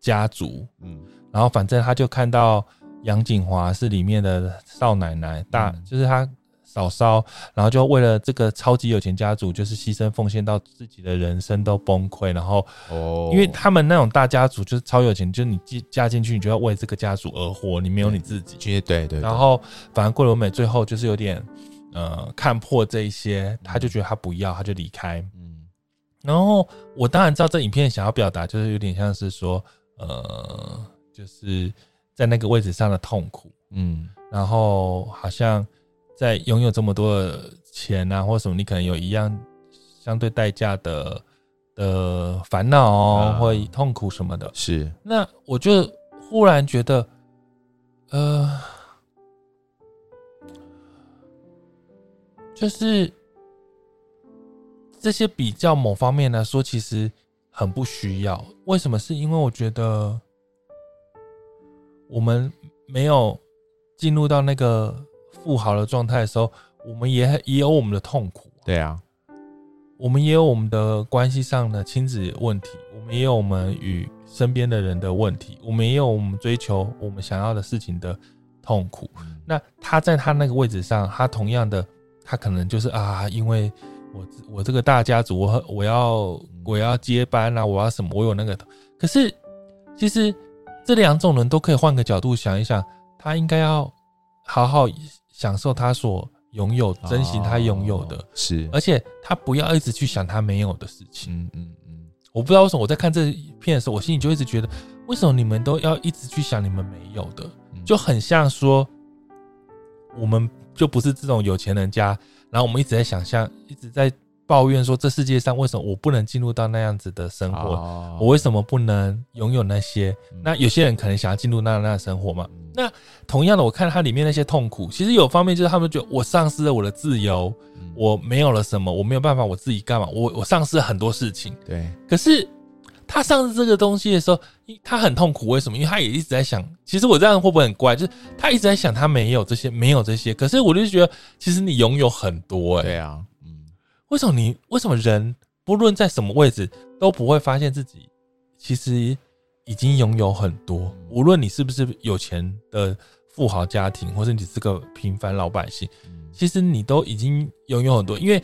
Speaker 3: 家族，
Speaker 4: 嗯。
Speaker 3: 然后反正她就看到杨锦华是里面的少奶奶，大、
Speaker 4: 嗯
Speaker 3: 就是她嫂嫂，然后就为了这个超级有钱家族，就是牺牲奉献到自己的人生都崩溃，然后
Speaker 4: 哦，
Speaker 3: 因为他们那种大家族就是超有钱，就是你嫁嫁进去，你就要为这个家族而活，你没有你自己。
Speaker 4: 其实嗯对对，
Speaker 3: 然后，反正桂纶镁最后就是有点呃看破这一些，他就觉得他不要，他就离开。
Speaker 4: 嗯
Speaker 3: 然后我当然知道这影片想要表达就是有点像是说，呃，就是在那个位置上的痛苦，
Speaker 4: 嗯
Speaker 3: 然后好像在拥有这么多的钱啊或什么，你可能有一样相对代价的的烦恼哦，
Speaker 4: 啊
Speaker 3: 或痛苦什么的。
Speaker 4: 是
Speaker 3: 那我就忽然觉得，呃，就是这些比较某方面来说，其实很不需要。为什么？是因为我觉得我们没有进入到那个富豪的状态的时候，我们也也有我们的痛苦啊、
Speaker 4: 对啊，
Speaker 3: 我们也有我们的关系上的亲子问题，我们也有我们与身边的人的问题，我们也有我们追求我们想要的事情的痛苦。那他在他那个位置上，他同样的，他可能就是啊，因为我我这个大家族，我我要我要接班啊，我要什么，我有那个。可是其实这两种人都可以换个角度想一想，他应该要好好享受他所拥有，珍惜他拥有的。
Speaker 4: 哦是，
Speaker 3: 而且他不要一直去想他没有的事情。
Speaker 4: 嗯嗯嗯，
Speaker 3: 我不知道为什么我在看这片的时候，我心里就一直觉得，为什么你们都要一直去想你们没有的？
Speaker 4: 嗯
Speaker 3: 就很像说，我们就不是这种有钱人家，然后我们一直在想象，一直在抱怨说，这世界上为什么我不能进入到那样子的生活？
Speaker 4: 哦
Speaker 3: 我为什么不能拥有那些？
Speaker 4: 嗯
Speaker 3: 那有些人可能想要进入那那样的生活嘛？
Speaker 4: 嗯
Speaker 3: 那同样的，我看它里面那些痛苦，其实有方面就是他们觉得我丧失了我的自由，
Speaker 4: 嗯
Speaker 3: 我没有了什么，我没有办法我自己干嘛，我我丧失了很多事情。
Speaker 4: 对
Speaker 3: 可是他丧失这个东西的时候，一他很痛苦，为什么？因为他也一直在想，其实我这样会不会很怪？就是他一直在想他没有这些，没有这些。可是我就觉得，其实你拥有很多、欸，
Speaker 4: 对啊，嗯
Speaker 3: 为什么你为什么人不论在什么位置都不会发现自己其实已经拥有很多？无论你是不是有钱的富豪家庭，或是你是个平凡老百姓。
Speaker 4: 嗯
Speaker 3: 其实你都已经拥有很多，因为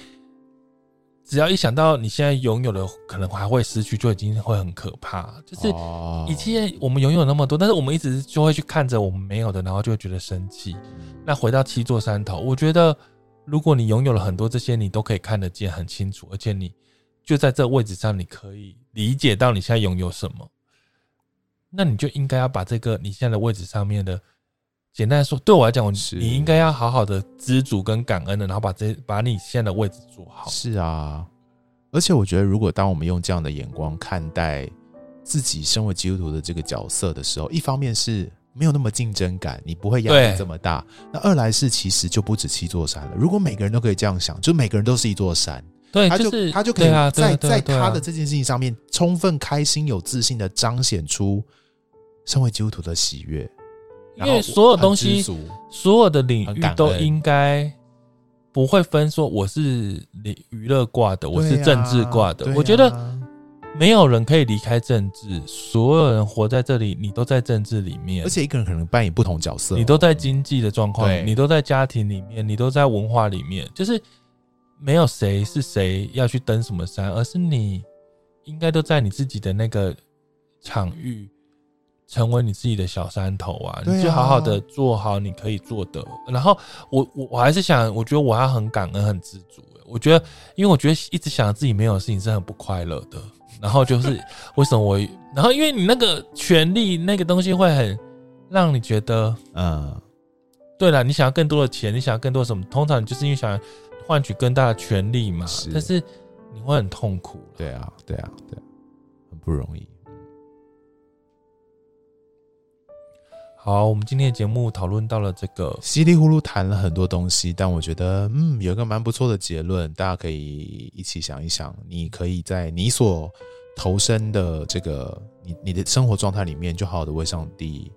Speaker 3: 只要一想到你现在拥有的可能还会失去，就已经会很可怕。就是
Speaker 4: 哦
Speaker 3: 以前我们拥有那么多，但是我们一直就会去看着我们没有的，然后就会觉得生气。
Speaker 4: 嗯
Speaker 3: 那回到七座山头，我觉得如果你拥有了很多这些，你都可以看得见很清楚，而且你就在这位置上，你可以理解到你现在拥有什么。那你就应该要把这个你现在的位置上面的，简单来说，对我来讲，我
Speaker 4: 是
Speaker 3: 你应该要好好的知足跟感恩的，然后把这把你现在的位置做好。
Speaker 4: 是啊，而且我觉得，如果当我们用这样的眼光看待自己身为基督徒的这个角色的时候，一方面是没有那么竞争感，你不会压力
Speaker 3: 对
Speaker 4: 这么大；那二来是其实就不止七座山了。如果每个人都可以这样想，就每个人都是一座山，
Speaker 3: 对，
Speaker 4: 他就是他就可以
Speaker 3: 哎对啊，对啊
Speaker 4: 在
Speaker 3: 对啊
Speaker 4: 在
Speaker 3: 对啊
Speaker 4: 他的这件事情上面充分开心、有自信的彰显出身为基督徒的喜悦，
Speaker 3: 啊因
Speaker 4: 然后
Speaker 3: 为所有
Speaker 4: 很
Speaker 3: 东
Speaker 4: 知
Speaker 3: 西
Speaker 4: 足
Speaker 3: 所有的领
Speaker 4: 很
Speaker 3: 域
Speaker 4: 感
Speaker 3: 都
Speaker 4: 恩
Speaker 3: 应该不会分说我是娱娱乐挂的，我是
Speaker 4: 对啊
Speaker 3: 政治挂的。
Speaker 4: 对
Speaker 3: 我觉得
Speaker 4: 啊
Speaker 3: 没有人可以离开政治，所有人活在这里，你都在政治里面，
Speaker 4: 而且一个人可能扮演不同角色哦，
Speaker 3: 你都在经济的状况，
Speaker 4: 对
Speaker 3: 你都在家庭里面，你都在文化里面，就是没有谁是谁要去登什么山，而是你应该都在你自己的那个场域。成为你自己的小山头啊，
Speaker 4: 对啊
Speaker 3: 你就好好的做好你可以做的。然后我我我还是想，我觉得我要很感恩、很知足。欸我觉得，因为我觉得一直想自己没有的事情是很不快乐的。 然后就是为什么我，然后因为你那个权利那个东西会很让你觉得
Speaker 4: 嗯。
Speaker 3: 对了，你想要更多的钱，你想要更多什么？通常你就是因为想要换取更大的权利嘛。
Speaker 4: 是
Speaker 3: 但是你会很痛苦啦。
Speaker 4: 对啊，对啊，对啊，很不容易。
Speaker 3: 好，我们今天的节目讨论到了这个，
Speaker 4: 稀里糊涂谈了很多东西，但我觉得，嗯，有一个蛮不错的结论，大家可以一起想一想。你可以在你所投身的这个你你的生活状态里面，就好好的为上帝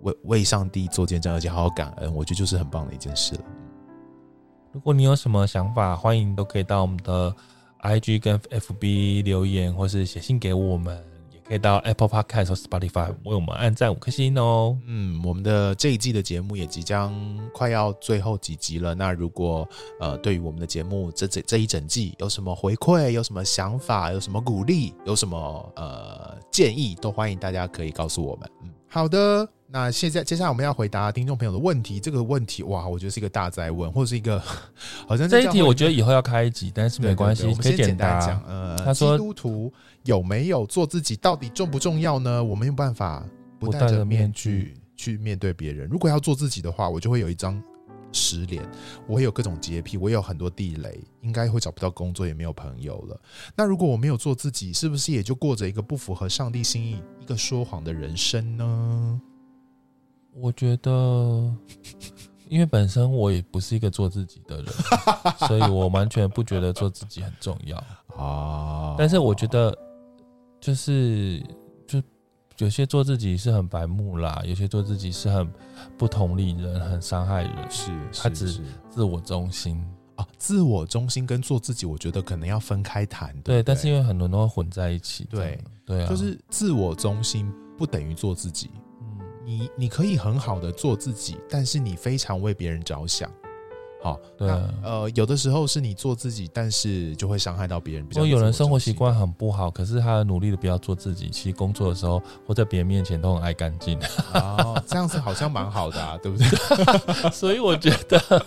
Speaker 4: 为为上帝做见证，而且好好感恩，我觉得就是很棒的一件事了。
Speaker 3: 如果你有什么想法，欢迎都可以到我们的 IG 跟 FB 留言，或是写信给我们，也可以到 Apple Podcast 或 Spotify 为我们按赞五颗星哦。
Speaker 4: 嗯，我们的这一季的节目也即将快要最后几集了。那如果呃，对于我们的节目这这这一整季有什么回馈，有什么想法，有什么鼓励，有什么呃建议，都欢迎大家可以告诉我们。嗯，好的。那现在接下来我们要回答听众朋友的问题。这个问题哇，我觉得是一个大灾问，或者是一个 好像
Speaker 3: 这
Speaker 4: 在
Speaker 3: 一
Speaker 4: 教
Speaker 3: 题
Speaker 4: 会
Speaker 3: 我
Speaker 4: 里
Speaker 3: 觉得
Speaker 4: 面
Speaker 3: 以后要开一集，但是
Speaker 4: 对
Speaker 3: 没
Speaker 4: 对
Speaker 3: 关
Speaker 4: 对
Speaker 3: 系，
Speaker 4: 我们
Speaker 3: 可
Speaker 4: 先
Speaker 3: 以
Speaker 4: 简
Speaker 3: 答。
Speaker 4: 单讲，呃，
Speaker 3: 他说
Speaker 4: 基督徒有没有做自己，到底重不重要呢？我没有办法不
Speaker 3: 不
Speaker 4: 戴
Speaker 3: 戴
Speaker 4: 着
Speaker 3: 着
Speaker 4: 面
Speaker 3: 面
Speaker 4: 具
Speaker 3: 具
Speaker 4: 去面对别人。如果要做自己的话，我就会有一张失联，我会有各种洁癖，我有很多地雷，应该会找不到工作，也没有朋友了。那如果我没有做自己，是不是也就过着一个不符合上帝心意、一个说谎的人生呢？
Speaker 3: 我觉得，因为本身我也不是一个做自己的 人，所以我完全不觉得做自己很重要。
Speaker 4: 啊
Speaker 3: 但是我觉得，就是就有些做自己是很白目啦，有些做自己是很不同理人、很伤害人、
Speaker 4: 是，
Speaker 3: 他
Speaker 4: 是
Speaker 3: 只
Speaker 4: 是
Speaker 3: 自我中心。
Speaker 4: 啊，自我中心跟做自己，我觉得可能要分开谈。
Speaker 3: 对，
Speaker 4: 不
Speaker 3: 但是因为很多人都会混在一起。
Speaker 4: 对
Speaker 3: 这样对啊，
Speaker 4: 就是嗯自我中心不等于做自己。
Speaker 3: 嗯，
Speaker 4: 你你可以很好的做自己，但是你非常为别人着想。好，
Speaker 3: 对啊
Speaker 4: 那呃，有的时候是你做自己，但是就会伤害到别人。比
Speaker 3: 如
Speaker 4: 较
Speaker 3: 哦果有人
Speaker 4: 自我
Speaker 3: 生活
Speaker 4: 中心
Speaker 3: 习，惯很不好，可是他努力的不要做自己，其实工作的时候或在别人面前都很爱干净。
Speaker 4: 哦，这样子好像蛮好的、啊，对不 对？
Speaker 3: 所以我觉得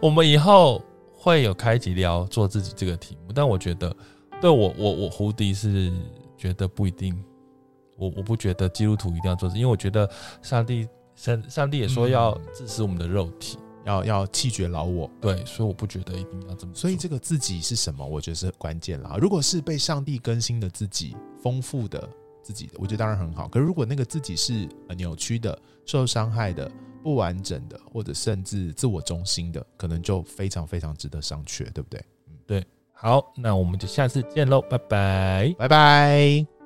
Speaker 3: 我们以后会有开集聊做自己这个题目，但我觉得对我我我胡迪是觉得不一定，我我不觉得基督徒一定要做自己，因为我觉得上帝上上帝也说要
Speaker 4: 嗯
Speaker 3: 自食我们的肉体，
Speaker 4: 要要弃绝老我，
Speaker 3: 对，所以我不觉得一定要这么做。
Speaker 4: 所以这个自己是什么，我觉得是很关键啦。如果是被上帝更新的自己，丰富的自己，我觉得当然很好。可是如果那个自己是呃扭曲的、受伤害的、不完整的，或者甚至自我中心的，可能就非常非常值得商榷，对不对？
Speaker 3: 好，那我们就下次见喽，拜拜。
Speaker 4: 拜拜。